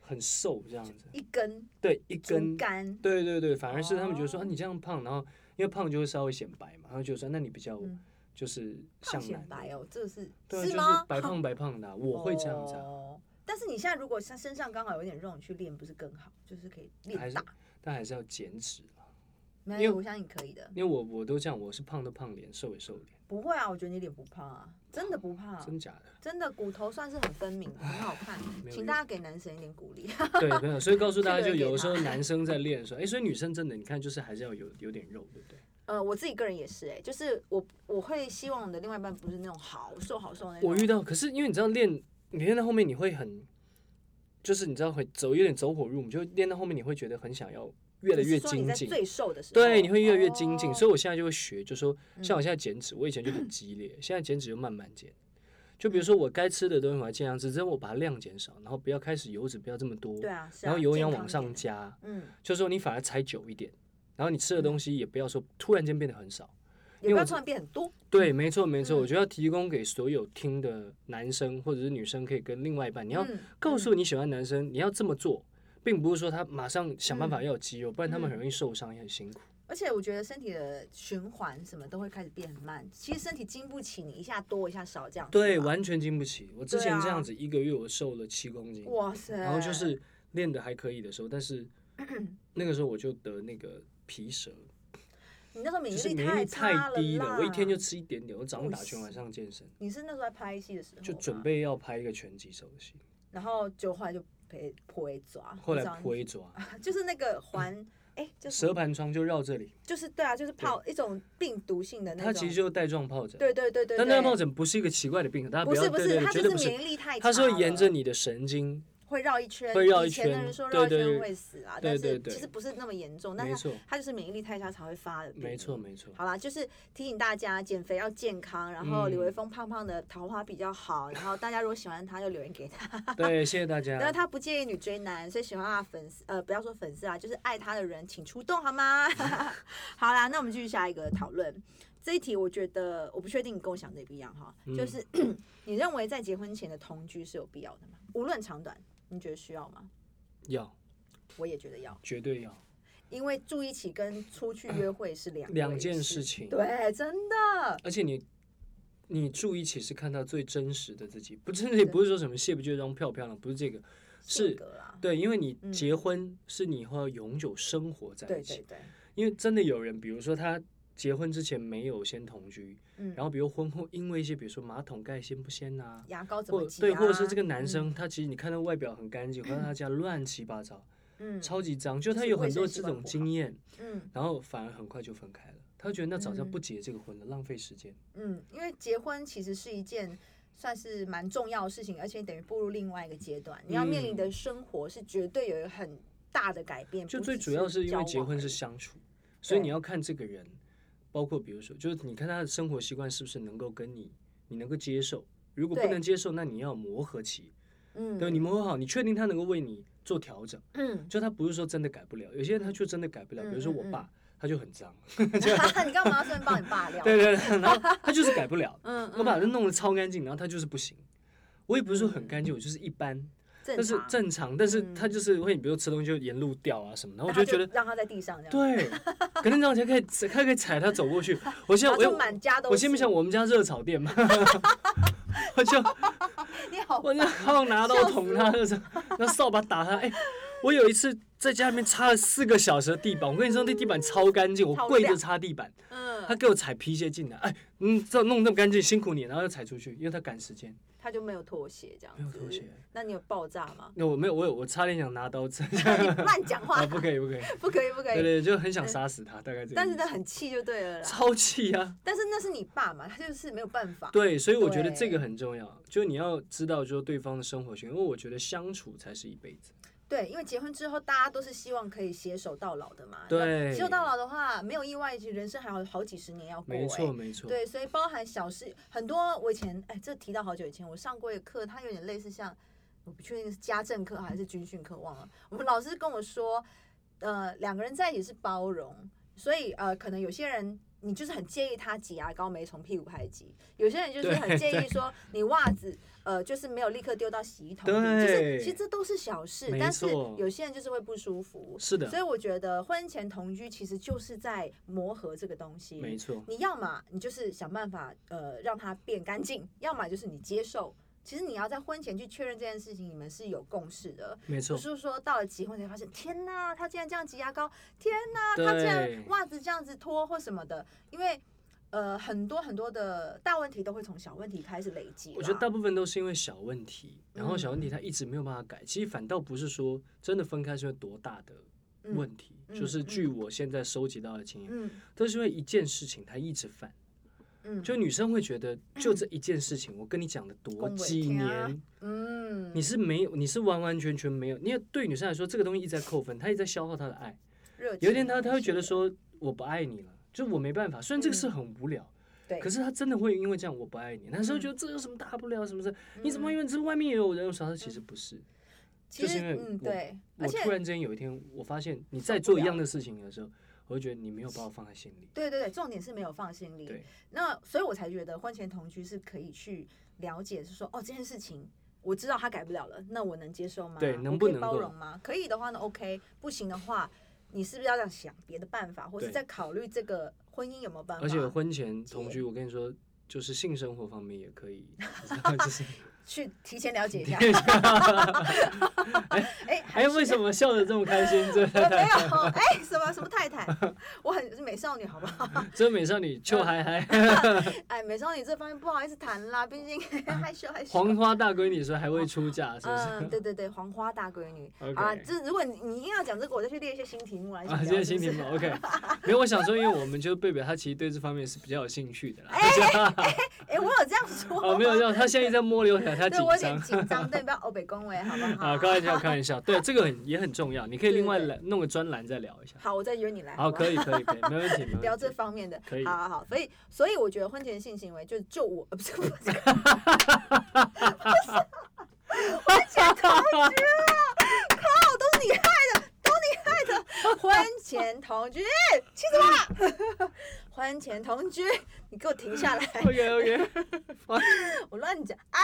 很瘦这样子，
一根
对，一
竹
根
竿，
对对对，反而是他们觉得说、
哦
啊，你这样胖，然后因为胖就会稍微显白嘛，然后就说那你比较
嗯
就是
胖
像
显
男
白
的，
哦，这是
对啊，
是
就
吗
是？白胖白胖的啊、我会这样子、啊，
哦。但是你现在如果身身上刚好有点肉，你去练不是更好？就是可以
还
练
是
大。
但还是要减脂啊，
没
因为
有，我相信你可以的。
因为我我都这样，我是胖都胖脸，瘦也瘦脸，
不会啊，我觉得你脸不胖啊，真的不胖，
真假的？ <laughs>
真的骨头算是很分明的，很好看，
没有
请大家给男神一点鼓励。 <laughs>
对，没有。所以告诉大家，
这
就
个
有的
给
时候
他
男生在练的
<laughs>
时候，哎，所以女生真的，你看就是还是要有有点肉，对不对？
呃，我自己个人也是、哎，就是我我会希望我的另外一半不是那种好瘦好瘦的那种。
我遇到，可是因为你知道练，你练到后面你会很，就是你知道会走有点走火入魔，就练到后面你会觉得很想要越来
你是
越
说你
精
在
进，
最瘦的时候，
对，你会越来越精进。
哦
所以我现在就会学，就说像我
嗯
现在减脂，我以前就
<clears throat>
很激烈，现在减脂就慢慢减。就
嗯
比如说我该吃的东西我还尽量吃，只是我把它量减少，然后不要开始油脂不要这么多，
对啊，是啊
然后油
健
氧
康
往
一点
上
的
加，
嗯，
就是说你反而踩久一点，然后你吃的东西也不要说突然间变得很少。因为
也不
我
要
是
突然变很多。
对，没错，没错，我
嗯
觉得要提供给所有听的男生或者是女生，可以跟另外一半，你要
嗯
告
嗯
诉你喜欢的男生，你要这么做，并不是说他马上想办法
嗯
要有肌肉，不然他们
嗯
很容易受伤，也很辛苦。
而且我觉得身体的循环什么都会开始变很慢，其实身体经不起你一下多一下少这样子吧。
对，完全经不起。我之
对
前这
啊
样子一个月，我瘦了七公斤，
哇塞，
然后就是练的还可以的时候，但
<clears throat>
是那个时候我就得那个皮蛇，
你那时候
就
免疫
是
力
免疫力
差
太低
了，
了，我一天就。吃一点点，我早上
哇
打拳，晚
塞
上健身，
你是那时候在拍戏的时候
就
吗
准，备要拍一个拳击手的戏，
然后就后来就被破一抓，
后来
不知道你
破一抓，
就是 <laughs> 那个环，哎，就是
蛇盘疮就绕这里。
就是对啊，就是疱一种病毒性的那
它
种，
其实就是带状疱疹。
对对对对，
但带
对
状疱疹不是一个奇怪的病，大家
不
要
是不
对
是，
对，
它
绝
就
对
是
不
免
是。
疫力太差，
它是会沿着你的神经，
会绕一圈，
会绕一
以前的
圈
人说
对
绕一圈
对
会死啊，
对对
但是
对
其实不哦是那么严重，但
没
是
错，
它就是免疫力太差才会发的病。
没错，。没
<laughs>
错。
好啦，就是提醒大家减肥要健康，然后
嗯
李维峰胖胖的桃花比较好，然后大家如果喜欢他就留言给他，
对，谢谢大
然后
家。
他不介意女追男，所以喜欢他的粉丝呃不要说粉丝啊，就是爱他的人请出动
<laughs>
好吗？ <laughs> 好啦，那我们继续下一个讨论。这一题我觉得我不确定你跟我想的也不一样哈，
嗯
就是 <clears throat> 你认为在结婚前的同居是有必要的吗？无论长短，你觉得需要吗？
要，
我也觉得要，
绝对要，
因为住一起跟出去约会是两
两
回
件事情
对，真的，
而且你，你住一起是看到最真实的自己，不真的不是说 <laughs> 什么卸不卸妆、漂不漂亮，不是这个，
性
是
格啦，
对，因为你
嗯
结婚是你以后要永久生活在
对
一
对
起。
对，
因为真的有人，比如说他结婚之前没有先同居，
嗯，
然后比如婚后因为一些比如说马桶盖掀不掀呐、
牙膏怎么
或
挤啊
对，或者是这个男生、，他其实你看他外表很干净，回到他家乱七八糟，
嗯，嗯
超级脏，就
就
他
是
有
卫
很
生
多
习
这
惯
种
不
经验，
嗯
然后反而很快就分开了。他觉得那早知道
嗯
不结这个婚了，浪费时间。
嗯，因为结婚其实是一件。算是蛮重要的事情，而且等于步入另外一个阶段，你要面临
嗯
的生活是绝对有一个很大的改变。
就
不
最
只
主要是因为
交往
结婚
而
是
已
相处，所以
对
你要看这个人，包括比如说，就是你看他的生活习惯是不是能够跟你，你能够接受。如果不
对
能接受，那你要磨合期，
嗯，
对，你磨合好，你确定他能够为你做调整。
嗯，
就他不是说真的改不了，有些人他就真的改不了。比如说
嗯嗯
我
嗯
爸，他就很脏，
<laughs> 你干嘛要顺便帮你爸聊？
<laughs> 对对对，然后他就是改不了，
嗯，嗯，
我把它弄得超干净，然后他就是不行。我也不是说很干净，我就是一般，
嗯正
但是
常
正常，但是他
嗯
就是会，比如吃东西就沿路掉啊什么，然后我
那他
就觉得
让他在地上这样，，
对，可能这样才可以踩，他可以踩他走过
<laughs>
去。我现
然
在
后
我
就
有
满家都是。
我心里想，我们家热炒店嘛， <laughs> 我就
<laughs> 你好，
我就要拿刀
笑死
捅他，就是拿扫把打他。哎、我有一次在家里面擦了四个小时的地板，我跟你说那地板超干净，我
超
跪着
亮
擦地板，
嗯，
他给我踩皮鞋进来，哎，嗯，这弄这么干净，辛苦你，然后又踩出去，因为他赶时间。
他就没有妥协这样子。
没有妥协？
那你有爆炸吗
<laughs> 那我没有，我有，我差点想拿刀
<laughs>
刺
乱讲话
啊，，不可以，不可以，
不可以，不可
对
以。
对，就很想杀死他，大概这个意思。
但是他很气就对了啦。
超气啊！
但是那是你爸嘛，他就是没有办法。
对，所以我觉得
对
这个很重要，就你要知道，就是对方的生活圈，因为我觉得相处才是一辈子。
对，因为结婚之后大家都是希望可以携手到老的嘛。
对
那携手到老的话，没有意外，其实人生还有好几十年要过。
没错，
哎。
没错。
对，所以包含小事很多。我以前哎，这提到好久以前，我上过一个课，它有点类似像，我不确定是家政课还是军训课，忘了。我们老师跟我说，呃，两个人在一起是包容，所以呃，可能有些人你就是很介意他挤牙膏没从屁股开始挤，有些人就是
对
很介意
对
说你袜子呃就是没有立刻丢到洗衣桶里，就是
对
其实这都是小事，
没
但是
错
有些人就是会不舒服。
是的
所，以我觉得婚前同居其实就是在磨合这个东西，
没错，
你要么你就是想办法呃让它变干净，要么就是你接受。其实你要在婚前去确认这件事情，你们是有共识的，
没
不
错，
是说到了结婚才发现，天哪，他竟然这样挤牙膏，天哪，
对
他竟然袜子这样子脱或什么的，因为。呃很多很多的大问题都会从小问题开始累积啦。
我觉得大部分都是因为小问题，然后小
嗯
问题他一直没有办法改。其实反倒不是说真的分开是有多大的问题，
嗯
就是
嗯
据我现在收集到的经验，
嗯
都是因为一件事情他一直犯。
嗯，
就女生会觉得，就这一件事情，我跟你讲了多
恭维
几
天啊
年，
嗯
你是没有，你是完完全全没有。因为对女生来说，这个东西一直在扣分，她一直在消耗她的爱。
热
有一
情
天她，她
是
会觉得
的
说，我不爱你了，就我没办法。虽然这个事
嗯
很无聊，
对，
可
是
是她真的会因为这样，我不爱你。男生会
嗯
觉得这有什么大不了，什么事？你怎么会因为这外面也有人有啥？其实不是，
其
就是
实
因为
嗯
我
对，
我
嗯而且
突然之间有一天，我发现你在
受不
做一
了
样的事情的时候，我会觉得你没有把我放在心里。
对对对，重点是没有放心里。
对，
那所以我才觉得婚前同居是可以去了解，是说哦这件事情我知道他改不了了，那我能接受吗？
对
我
能不
可以
能
包
够
容吗？可以的话呢，OK；不行的话，你是不是要这样想别的办法，或是
对
再考虑这个婚姻有没有办法？
而且婚前同
解
居，我跟你说，就是性生活方面也可
<laughs>
以，你知道就是
去提前了解一下。 <laughs> 哎、还
哎，为什么笑得这么开
<laughs>
心？这
我没有？哎、什么什么太 <laughs> 太？我很是美少女，好不好？ <laughs>
这美少女秋嗨嗨，
哎，美少女这方面不好意思谈啦，毕竟 <laughs> 害羞害羞。
黄花大闺女说还未出嫁，是不
嗯，
是？
对对对，黄花大闺女
OK
啊，这如果你你硬要讲这个，我再去列一些新题目来
啊，
聊。
今天心
是
情
不
不
是
OK。没有，我想说，因为我们就贝贝，她其实对这方面是比较有兴趣
<laughs>
的啦。
哎，我有这样说
哦，
吗 <laughs>
没有，没有，她现在在摸刘海，她紧
对我有点
张。
紧张，对，不要欧北恭维，好不好？
<laughs> 啊，开玩笑，开玩笑。对，这个很也很重要，你可以
对
另外
对
来弄个专栏再聊一下。
好，我再约你来。
好，
不
可以，可以，可以，没问题，
<laughs>
没
聊
问
这
题。
方面的，
可以
好好好，所以所以我觉得婚前性行为就就我呃不是不是，
<laughs>
不是婚前同居啊，靠，都是你害的，都是你害的，婚前同居，气死我了，
<laughs>
婚前同居，你给我停下来，
<laughs> OK，OK，
我乱讲，哎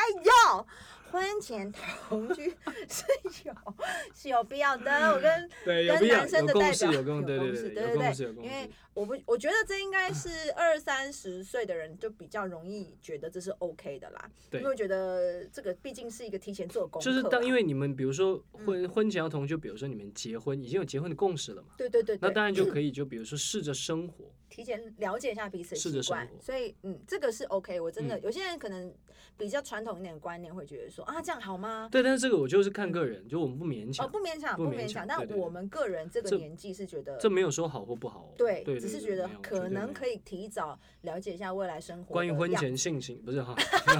呦，婚前同居
<laughs>
是有是有必要的，我跟
对，有必
跟
要，
男生
有
的
共
代
识，
表
有共，对对
识
对，
对
有共识，有
对，
共
因为
识。
我不，我觉得这应该是二三十岁的人就比较容易觉得这是 OK 的啦，
对
因为我觉得这个毕竟是一个提前做功课
就
啦，
是当因为你们比如说
嗯
婚婚前要同居，就比如说你们结婚已经有结婚的共识了嘛，
对对对
那
对，
当然就可以就比如说试着生活，
提前了解一下彼此的
试着
习惯
生，活
所以嗯，这个是 OK，我真的
嗯
有些人可能比较传统一点的观念会觉得说啊这样好吗？
对，但是这个我就是看个人，就我们不勉
哦，
强，
不勉强，
不
不
勉
勉
强对
强，但
对对
我们个人这个
这
年纪是觉得
这没有说好或不好哦。
对，
对，
只是
对
觉得
没有
可
绝对
能
没
可
有
以提早了解一下未来生活。
关于婚，前性行不是哈
你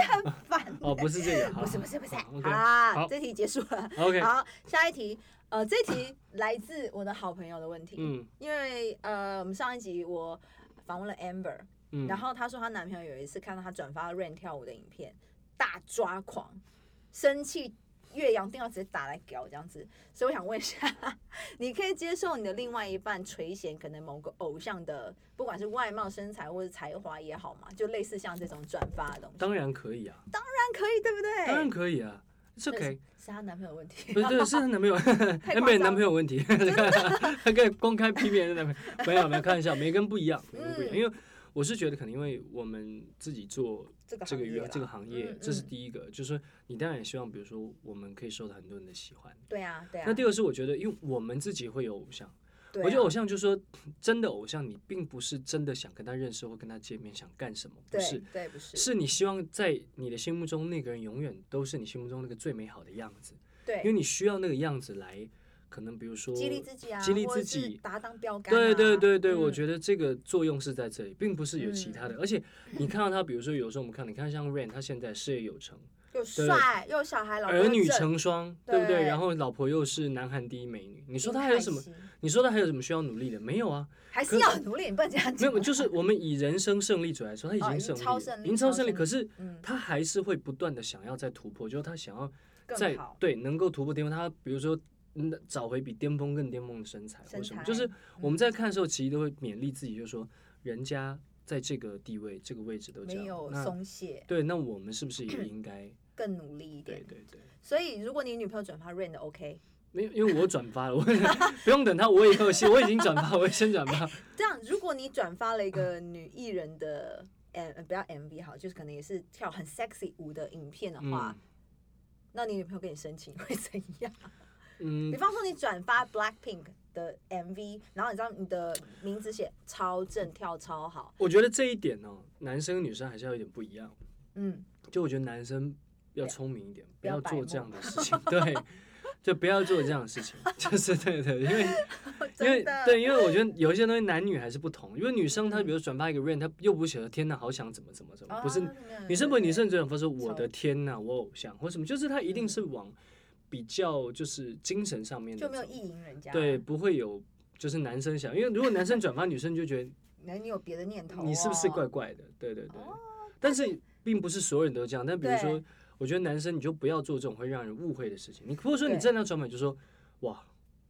很烦。
<laughs> 哦，不是这
<laughs>
个，
不是不是不是，
好
好
，OK
啦
好，
这题结束了。
<laughs> OK，
<laughs> 好，下一题，呃，这题来自我的好朋友的问题，
嗯
因为呃，我们上一集我访问了 Amber，
嗯，
然后她说她男朋友有一次看到她转发 Rain 跳舞的影片，大抓狂，生气岳阳电话直接打来给我这样子，所以我想问一下，你可以接受你的另外一半垂涎可能某个偶像的，不管是外貌、身材或者才华也好嘛，就类似像这种转发的东西，
当然可以啊，
然可以，对不对？
当然可以啊。是
这
OK，
是她男朋友的问题，
不是
<laughs>
对，是她男朋友 <laughs> ，Amber 男朋友问题，他可以公开批评人家男朋友，没有没有，开玩笑，每个人不一样，每个人不一样，
嗯
因为我是觉得可能因为我们自己做
这个
这个娱乐
乐
这个行业，这是
嗯
第一个，就是说你当然也希望，比如说我们可以受到很多人的喜欢，
对啊，对啊。
那第二个是我觉得，因为我们自己会有偶像，
对啊
我觉得偶像就是说，真的偶像，你并不是真的想跟他认识或跟他见面，想干什么，不
对
是，
对不啊是
是你希望在你的心目中那个人永远都是你心目中那个最美好的样子，因为
对
你需要那个样子来，可能比如说
激励自己啊，
激励
或
自
者是
己
达当标杆啊。
对对对对，我
得
觉得这个作用是在这里，并不是有其他
嗯
的。而且你看到他，比如说有时候我们看，你看像 Rain，他现在事业有成，
又帅又有小孩，老婆
儿
又
女
正
成双，对不对？
对
然后老婆又是南韩第一美女，你说
真
他还有
开
什么？
心
你说他还有什么需要努力的？没有啊，
还是
可
要很努力，你不能这样
没
讲。
有，就是我们以人生胜利者来说，他已
哦
经
已经
胜利
超
了，
胜
已
利
经超
超
胜利。
胜
可是
嗯，
他还是会不断的想要再突破，就是他想要在
更好。
对能够突破巅峰。他比如说，嗯，找回比巅峰更巅峰的身材或
身
什么，
材
就是我们
嗯
在看的时候，其实都会勉励自己，就说人家在这个地位、这个位置都这
没
样，
有
那
松懈，
对，那我们是不是也应
<clears throat>
该？
更努力一
对
点。
对对，
所以，如果你女朋友转发 Rain 的 OK，
没有，因为我转发了，我 <laughs> 不用等他，我也有戏，我已经转发，我先转发。
这样，如果你转发了
<laughs>
一个女艺人的 M，呃不要 MV 好，就是可能也是跳很 sexy 舞的影片的 <laughs> 话
嗯，
那你女朋友跟你申请会怎样？
嗯
比，方说你转发 Blackpink 的 MV，然后你知道你的名字写超正，跳超好，
我觉得这一点呢、男生跟女生还是要有点不一样。
嗯，
就我觉得男生要聪明一点，不
要
要
白
做
目
这样的事情。对， <laughs> 就不要做这样的事情。就是对对，因
<laughs>
为因为
真的，
对，因为我觉得有一些东西男女还是不同。因为女生她
嗯
比如转发一个 rain，她又不写了天呐，好想怎么怎么怎么，不是
啊
女生不是女，
对
生只能发说我
从
的天呐，我偶像或什么，就是她一定
嗯
是往比较就是精神上面
对
的
就没有
走
意啊淫人家，
对，，不会有就是男生想，因为如果男生转发女生就觉得
那你有别的念头、哦，哦
你是不是怪？怪的？对对对。但是并不是所有人都这样。但比如说
对，
我觉得男生你就不要做这种会让人误会的事情。你或者说你
对
正常转粉就说，哇，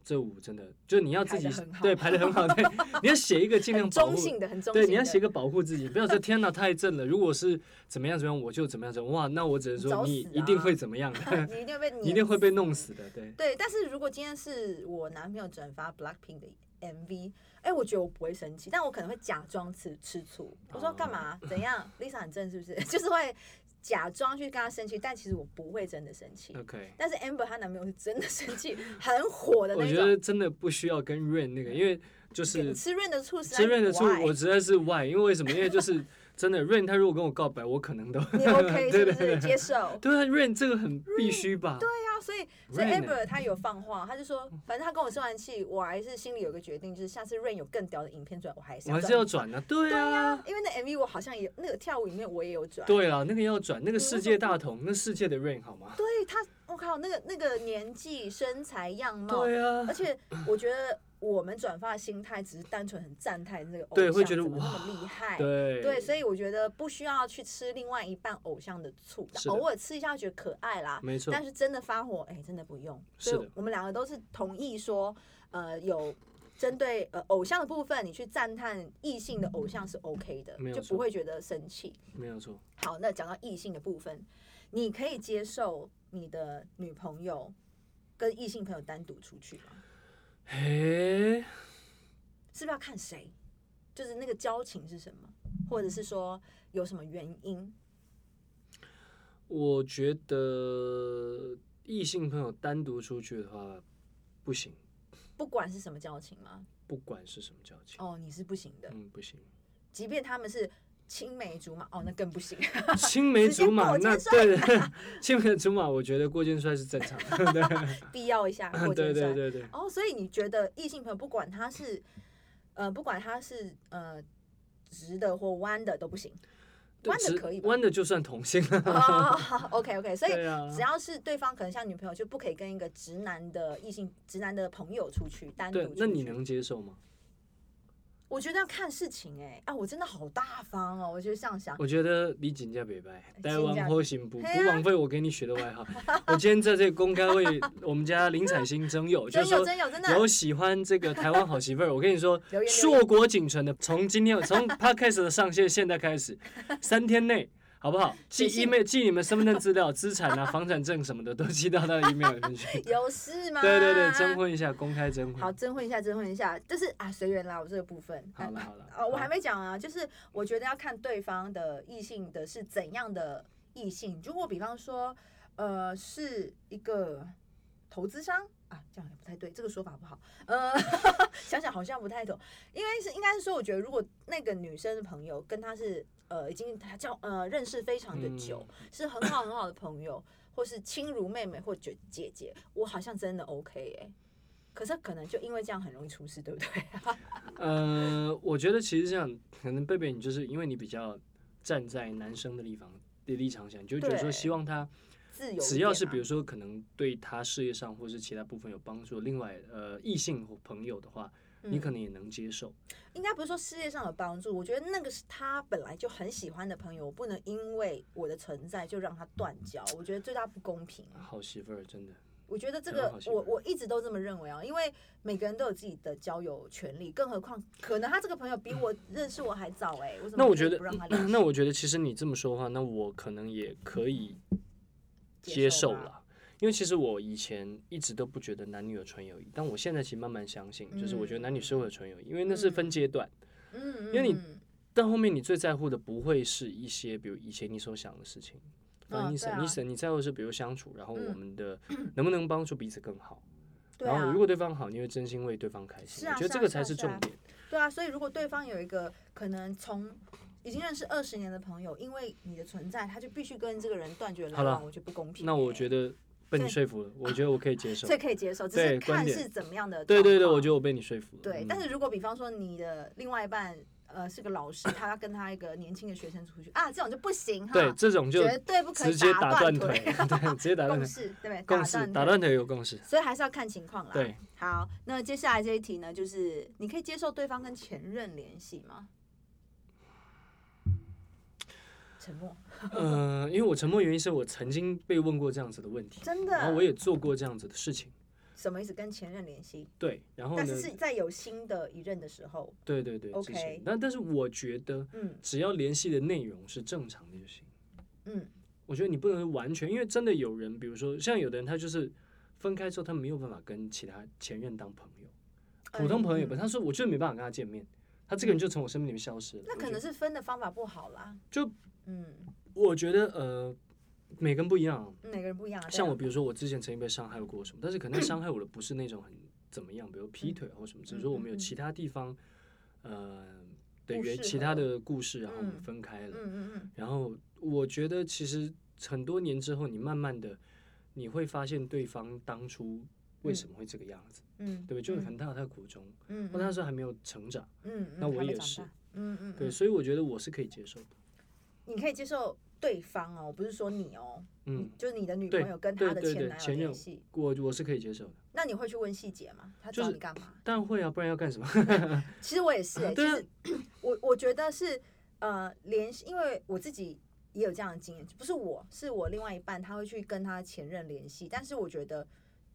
这舞真的，就你要自己
排得很好
对排的很好，
<laughs>
对，你要写一个尽量
很
保
中
护。
性的，很中性
对，
的，
你要写一个保护自己，不要说天哪太正了。如果是怎么样怎么样，我就怎么样怎么样。哇，那我只能
找
说你
死
一定
啊
会怎么
<laughs>
样，
你一定会被
你一定
碾
会被
死
弄死的。对，
对，但是如果今天是我男朋友转发 Blackpink 的 MV，哎、我觉得我不会生气，但我可能会假装吃吃醋。我说
哦
干嘛？怎样？Lisa 很正是不是？ <laughs> 就是会假装去跟他生气，但其实我不会真的生气。
OK。
但是 Amber 她男朋友是真的生气，很火的
我
那
觉得
种。
真的不需要跟 Rain 那个，因为就是
吃润的醋实在
吃
是
Rain 的醋
why？，
我实在是 why，因为为什么？因为就是真的 <laughs> Rain 他如果跟我告白，我可能都
你
<laughs>
OK 是
对对
不
对
是接受？
对啊，Rain 这个很必须吧？对
嗯对啊，所以所以
Rain 欸
Amber 她有放话，她就说，反正她跟我生完气，我还是心里有个决定，就是下次 Rain 有更屌的影片出来，我还是
我还是
转
要
你
转啊，对啊，
因为那 MV 我好像也那个跳舞里面我也有转，
对啦，那个要转，那个世界大同，那世界的 Rain 好吗？
对他，我靠，那个那个年纪、身材、样貌，
对啊
而，且我觉得我们转发的心态只是单纯很赞叹那个偶像
对会觉得
怎么那
哇
么厉害，
对
对，所以我觉得不需要去吃另外一半偶像的醋，
是的
偶尔吃一下觉得可爱啦，
没错
但，是真的发火，哎、真的不用。
是
所以
的
我们两个都是同意说，呃，有针对呃偶像的部分，你去赞叹异性的偶像是 OK 的
没，有
就
错
不会觉得生气。
没有错，
好，那讲到异性的部分，你可以接受你的女朋友跟异性朋友单独出去吗？
嘿，
是不是要看谁？就是那个交情是什么，或者是说有什么原因？
我觉得异性朋友单独出去的话不行，
不管是什么交情吗？
不管是什么交情，
哦，你是不行的，
嗯，不行。
即便他们是青梅竹马，哦，那更不行。
青梅
直接
竹马，
过肩
那
摔
对对， <laughs> 青梅竹马，我觉得过肩摔是正常的。 <laughs>
必要一下过
啊对
肩
对
摔。
对对，
哦，所以你觉得异性朋友不管他是，呃，不管他是呃直的或弯的都
<laughs>
不行，
对
弯的
直
可以吧？
弯的就算同性了。
哦，OK
<laughs>
OK，所以
对啊
只要是对方可能像女朋友，就不可以跟一个直男的异性、直男的朋友出去单独
对
出去。，
那你？能接受吗？
我觉得要看事情哎、啊，我真的好大方哦，我就这样想。
我觉得你请假北白，台湾后行不
呃嘿啊
不枉费我给你取的外号。我今天在这个公开为我们家林采欣征
<laughs>
友，就
真
是
有
说
真有真的
有喜欢这个台湾好媳妇儿，我跟你说
<laughs> 留言留，言
硕果仅存的，从今天从 podcast 的上线现在开始，三天内。好不好？寄
写信
email 寄你们身份证资料、资产啊、房产证什么的，都寄到他的 email 里面
<laughs>
去。
有事吗？
对对对，征。婚一下，公开征婚。
好，征婚一下，征婚一下，就是啊，随缘啦，我这个部分。
好了好了
哦，我还
好
没讲啊，就是我觉得要看对方的异性的是怎样的异性。如果比方说，呃，是一个投资商啊，这样也不太对，这个说法不好。呃， <laughs> 想想好像不太懂，因为是应该是说，我觉得如果那个女生的朋友跟她是呃已经她叫呃认识非常的
嗯
久，是很好很好的朋友，或是亲如妹妹或姐姐姐，我好像真的 OK 哎、可是可能就因为这样很容易出事，对不 <laughs> 对？
呃，我觉得其实这样，可能贝贝你就是因为你比较站在男生的立场的立场想，你就觉得说
对
希望他
自由一点啊、
只要是比如说可能对他事业上或是其他部分有帮助，另外呃异性或朋友的话，你
嗯
可能也能接受。
应该不是说事业上有帮助，我觉得那个是他本来就很喜欢的朋友，我不能因为我的存在就让他断
嗯
交，我觉得对他不公平。
好媳妇儿真的，
我觉得这
台湾
个
好媳妇
我我一直都这么认为啊，因为每个人都有自己的交友权利，更
<laughs>
何况可能他这个朋友比我认识我还早哎、我怎
那
么
我
可以
觉得嗯
不让他认识
那我觉得其实你这么说的话，那我可能也可以接
接
受
吧
啦。因为其实我以前一直都不觉得男女有纯友谊，但我现在其实慢慢相信，就是我觉得男女是会有纯友谊，因为那是分阶段。
嗯，
因为你
嗯
但后面你最在乎的不会是一些比如以前你所想的事情，反
嗯
正你
对
想、
啊
你想你在乎的是比如相处，然后我
嗯
们的能不能帮助彼此更好，
<clears throat> 对
然后
啊
如，果对方好，你会真心为对方开心。
是啊
我觉得
是啊
这个
是啊
才是
是
重
啊
点。
对啊，所以如果对方有一个可能从已经认识二十年的朋友，因为你的存在，他就必须跟这个人断绝来
好了
往，我觉得不公平欸、
那我觉
得
得被你
对
说服了，我觉得我可以接受。
这可以接受，只
对
是看
观点
是怎么样的。
对对对，我觉得我被你说服了。
对，
嗯
但是如果比方说你的另外一半呃是个老师，他跟他一个年轻的学生出去啊，这种就不行哈，
对这种就
绝对不可以
直接打断
断
腿， <laughs> 对，直接打断
共
腿，
识对不对？
共识打断腿有共识。
所以还是要看情况啦。 <laughs>
对，
好，那接下来这一题呢，就是你可以接受对方跟前任联系吗？沉默，
呃，因为我沉默原因是我曾经被问过这样子的问题，
真的。
然后我也做过这样子的事情。
什么意思？跟前任联系，
对，然后
但
呢
是？是在有新的一任的时候，
对对对
OK
之前但但是我觉得，
嗯
只要联系的内容是正常的就行。
嗯，
我觉得你不能完全，因为真的有人，比如说像有的人，他就是分开之后，他没有办法跟其他前任当朋友，普通朋友吧。
嗯
他说，我就没办法跟他见面，他这个人就从我生命里面消失了。
那可能是分的方法不好啦。
就
嗯，
我觉得，我觉得呃，每个人不一样。
每个人不一样啊。对啊
像我，比如说我之前曾经被伤害过什么，但是可能伤害我的不是那种很怎么样，比如
嗯
劈腿啊或什么，只是说我们有其他地方，呃的
不
原
适
其
合
他的故事，然后我们
嗯
分开
嗯
了。
嗯嗯，
然后我觉得其实很多年之后，你慢慢的你会发现对方当初为什么会这个样子，
嗯，
对不对？就是可
嗯
能他有他的苦衷，
嗯，
或他那时候还没有成长，
嗯，嗯
那我
还没
也
长
是
大，嗯嗯，
对，
嗯
所以我觉得我是可以接受的。
你可以接受对方哦，不是说你哦，
嗯，
就是你的女朋
对
友跟
对
她的
对
前
对，
男友
前任
联系，
我我是可以接受的，
那你会去问细节吗？他
就
找
是
你干嘛？
但会啊，不然要干什么？ <laughs>
其实我也是、欸，
对
就
啊
是 <clears throat> 我我觉得是呃联系，因为我自己也有这样的经验，不是我是我另外一半，他会去跟他前任联系，但是我觉得。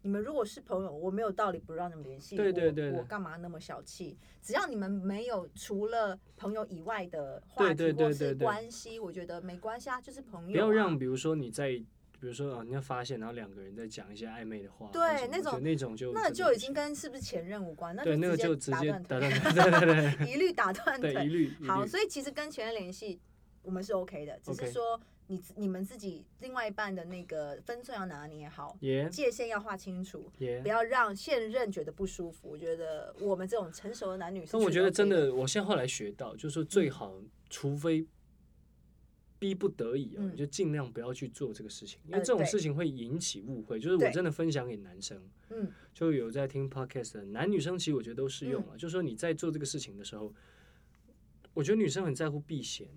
你们如果是朋友，我没有道理不让你们联系。
对对
我
对对
我干嘛那么小气？只要你们没有除了朋友以外的话
对对
题或
对
是
对对
关系，我觉得没关系啊，就是朋友、啊。
不要让，比如说你在，比如说啊，人家发现，然后两个人在讲一些暧昧的话，
对
或者什么我觉得
那种
那种就
那
真的
就
不
已经
行
跟是不是前任无关，那
对那个就
直
直
接
接
打
打
断
断，对对对
<laughs> 腿，一律打断
对，
腿
对一。律一律
好，所以其实跟前任联系我们是 OK 的，只
嗯
是
OK
说你自你们自己另外一半的那个分寸要拿捏好，
耶
界限要划清楚，
耶
不。要让现任觉得不舒服。我觉得我们这种成熟的男女是
但我觉
绝
得
对
真
OK
的，我现在后来学到，就是说
嗯
最好，除非逼不得已啊，
嗯
你就尽量不要去做这个事情，因为
呃
这种
对
事情会引起误会。就是我
对
真的分享给男生，
嗯
就有在听 podcast 的男女生，其实我觉得都适用啊。就是说你在做这个事情的时候，我觉得女生很在乎避嫌。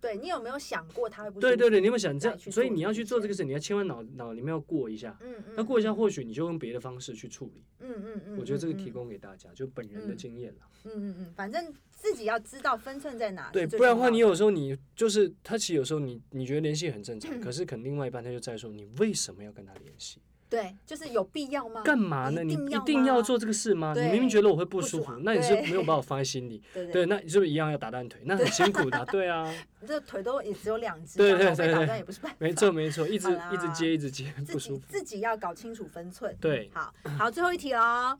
对你有没有想过他会不舒服？
对对对，你有没有想这
再
样？
去
所以
做
你
这
要
个
去
事
做这个事，
情
你要千万脑脑里面要过一下。
嗯嗯，
那过一下，
嗯
或许你就用别的方式去处理。
嗯嗯嗯，
我觉得这个
嗯
提，供给大家，就本人的
嗯
经验了。
嗯嗯嗯，反正自己要知道分寸在哪里，
对，
最
不然的
重
话，
要
你有时候你就是他，其实有时候你你觉得联系很正常，可是可能另外一半他就在说，你为什么要跟他联系？
对，就是有必要吗？
干嘛呢？
嗯
你
一定
一
要
定要
吗
做这个事吗？你
对
明明觉得我会不
不
舒服
爽，
那你是
对
没有把我放在心里。
对对
对，那你是不是一样要打断腿？那很辛苦的，对
<laughs>
啊，
你这腿都也只有两只，
对
然
对
后
对
被打
对
断也不是办法。
没错没错，一直
好
一直
啦
接一直接，
自
不
己
舒服。
自己要搞清楚分寸。
对
好好，最后一题哦。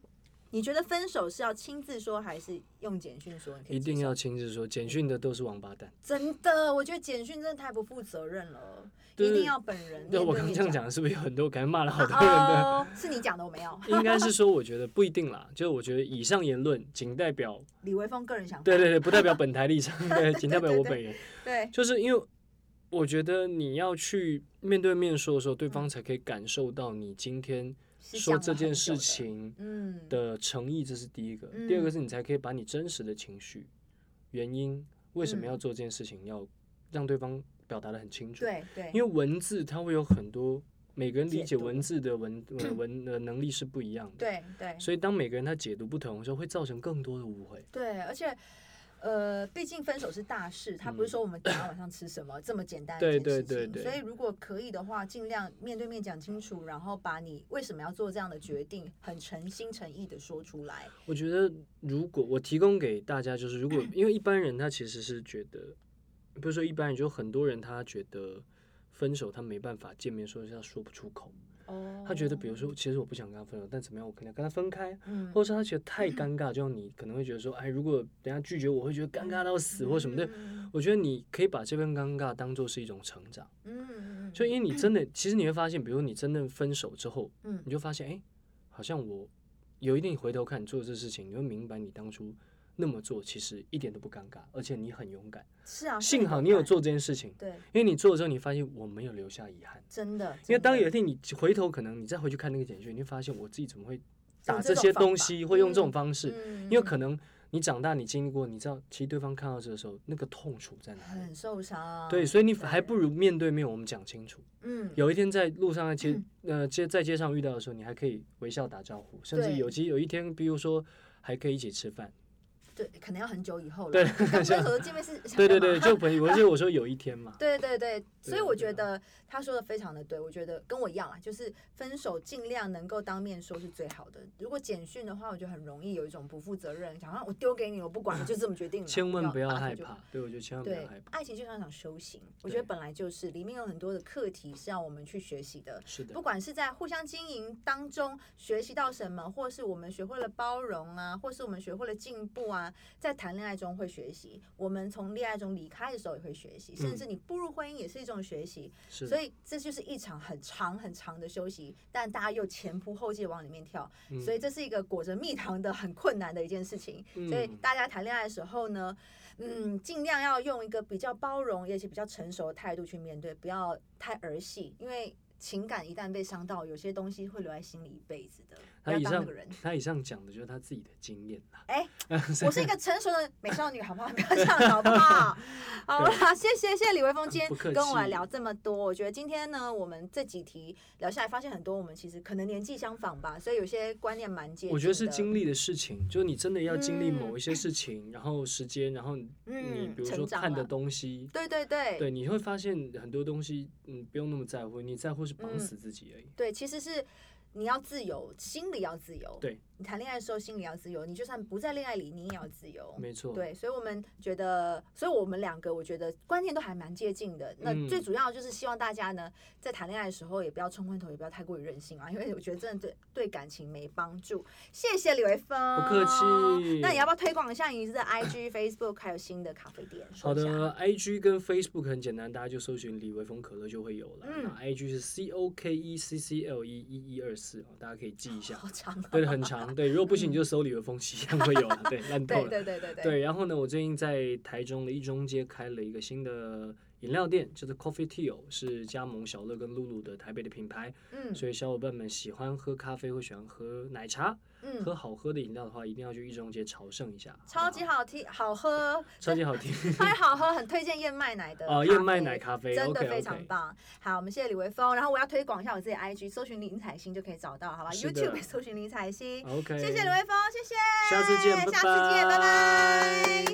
你觉得分手是要亲自说，还是用简讯说？你可以
一定
接受
要亲自说，简讯的都是王八蛋。
真的，我觉得简讯真的太不负责任了，
对
一定要本人面
对，
对
我刚
面
这样讲，是不是有很多感觉骂了好
<laughs>
多人的？
哦，是你讲的，我没有。
应该是说，我觉得不一定啦。就是我觉得以上言论仅代表，
李维峰个人想法，
对对对，不代表本台立场，对，仅代表
对
我
对
本人。
对
就是因为我觉得你要去面对面说的时候，对方才可以感受到你今天
嗯是
说
讲
这
了很
件
久
事
的，
情
嗯，
的诚意，这是第一个。
嗯
第二个是你才可以把你真实的情绪、原因，为什么
嗯
要做这件事情，要让对方表达的很清楚。，
对对，
因为文字它会有很多，每个人理
解
解
读
文字的
<clears throat>
文文文的能力是不一样的。。
对对
所以，当每个人他解读不同的时候，会造成更多的误会。
对，而且。呃，毕竟分手是大事，他不
嗯
是说我们等一下晚上吃什么、这么简单的
对
一件事情。
对对对
所以如果可以的话，尽量面对面讲清楚，然后把你为什么要做这样的决定，很诚心诚意的说出来。
我觉得，如果我提供给大家，就是如果因为一般人他其实是觉得，不是说一般人，就很多人他觉得分手他没办法见面，说是他说不出口，
哦
他觉得比如说，其实我不想跟他分手，但怎么样，我可能跟他分开，
嗯，
或者是他觉得太尴尬，就像你可能会觉得说，哎，如果等下拒绝我，会觉得尴尬到死或什么的。
嗯
我觉得你可以把这份尴尬当做是一种成长，
嗯嗯嗯，
就因为你真的，其实你会发现，比如你真正分手之后，
嗯
你就发现，哎，好像我有一定回头看你做这事情，你会明白你当初那么做其实一点都不尴尬，而且你很勇敢。
是啊，
幸好你有
很
做这件事情，
对，
因为你做了之后，你发现我没有留下遗憾。
真的，
因为
真
当
的
有一天你回头，可能你再回去看那个简讯，你会发现我自己怎么会打
用
这
种
些
方
东
法
西，会用这种方式，
嗯
因为可能你长大，你经历过，你知道，其实对方看到这的时候，那个痛楚在哪里
很。受伤。
对，所以你
对
还不如面对面，我们讲清楚。
嗯，
有一天在路上、在街、呃街在街上遇到的时候，你还可以微笑打招呼，甚至
对
有机有一天，比如说还可以一起吃
<laughs>
饭。
对，可能要很久以后了。
对
刚刚说见面是想
对对
干
对，
嘛，
就朋友，而且我说有一天嘛
对对对，所以
啊
我
对
觉
啊
得他说的非常的对，我觉得跟我一样啊，就是分手尽量能够当面说是最好的。如果简讯的话，我觉得很容易有一种不负责任，好像我丢给你，我不管，我就这么决定了。
千万不要
打开
害
就
怕。对，我觉得千万不要
对
害，怕。
爱情就像一场修行，我觉得
对
本来就是里面有很多的课题是要我们去学习的。
是的
不，管是在互相经营当中学习到什么，或是我们学会了包容啊，或是我们学会了进步啊，在谈恋爱中会学习，我们从恋爱中离开的时候也会学习，甚至你步入婚姻也是一种学习。
嗯是
所
的。
以这就是一场很长很长的休息，但大家又前仆后继地往里面跳，
嗯
所以这是一个裹着蜜糖的很困难的一件事情。所以
嗯
大家谈恋爱的时候呢，嗯，尽量要用一个比较包容，也且比较成熟的态度去面对，不要太儿戏，因为情感一旦被伤到，有些东西会留在心里一辈子的。不
他
要
以
当那
上
个人。
他以上讲的就是他自己的经验啦。
哎
所以
我是一个成熟的美少女，好不好？不要这样，好
<laughs>
不好？好啦，谢谢谢谢李威峰今
不
天
客
跟我来
气
聊这么多。我觉得今天呢，我们这几题聊下来，发现很多我们其实可能年纪相仿吧，所以有些观念蛮接近的。
我觉得是经历的事情，就是你真的要经历
嗯
某一些事情，然后时间，然后你你
嗯
比如
成
说
长
看的
了
东西，
对对对
对，你会发现很多东西，嗯，不用那么在乎，你在乎是绑
嗯
死自己而已。
对，其实是你要自由，心里要自由。
对，
你谈恋爱的时候心里要自由，你就算不在恋爱里，你也要自由。
没错，
对，所以我们觉得，所以我们两个我觉得观念都还蛮接近的。那
嗯
最主要就是希望大家呢，在谈恋爱的时候也不要冲昏头，也不要太过于任性啊，因为我觉得真的对对感情没帮助。谢谢李维峰，
不客气
那你要不要推广一下你的 IG、Facebook，还有新的咖啡店？说
好
一下
的，IG 跟 Facebook 很简单，大家就搜寻李维峰可乐就会有了。
嗯
那 IG 是 C O K E C C L E 一一二四大家可以记一下
好。长、哦。
对，很长。对，如果不行你就搜李维峰，一样会有了。对，烂透
对
了。
对对对对
对，然后呢，我最近在台中的一中街开了一个新的饮料店，就是 Coffee Tea，是加盟小乐跟露露的台北的品牌，
嗯
所以小伙伴们喜欢喝咖啡或喜欢喝奶茶，
嗯
喝好喝的饮料的话，一定要去一中街朝圣一下，不
超级，好哎听，好喝，
超级好
<laughs>
听，
超级好喝，很推荐燕麦奶的
哦，
咖
燕麦
啡
奶咖啡，
真的
OK，
非常
OK
棒。好，我们谢谢李维峰，然后我要推广一下我自己的 IG，搜寻林采欣就可以找到，好吧
是的 <laughs>
？YouTube 搜寻林采欣，
，OK，
谢谢李维峰，谢谢，
下次见，
下次见，拜拜。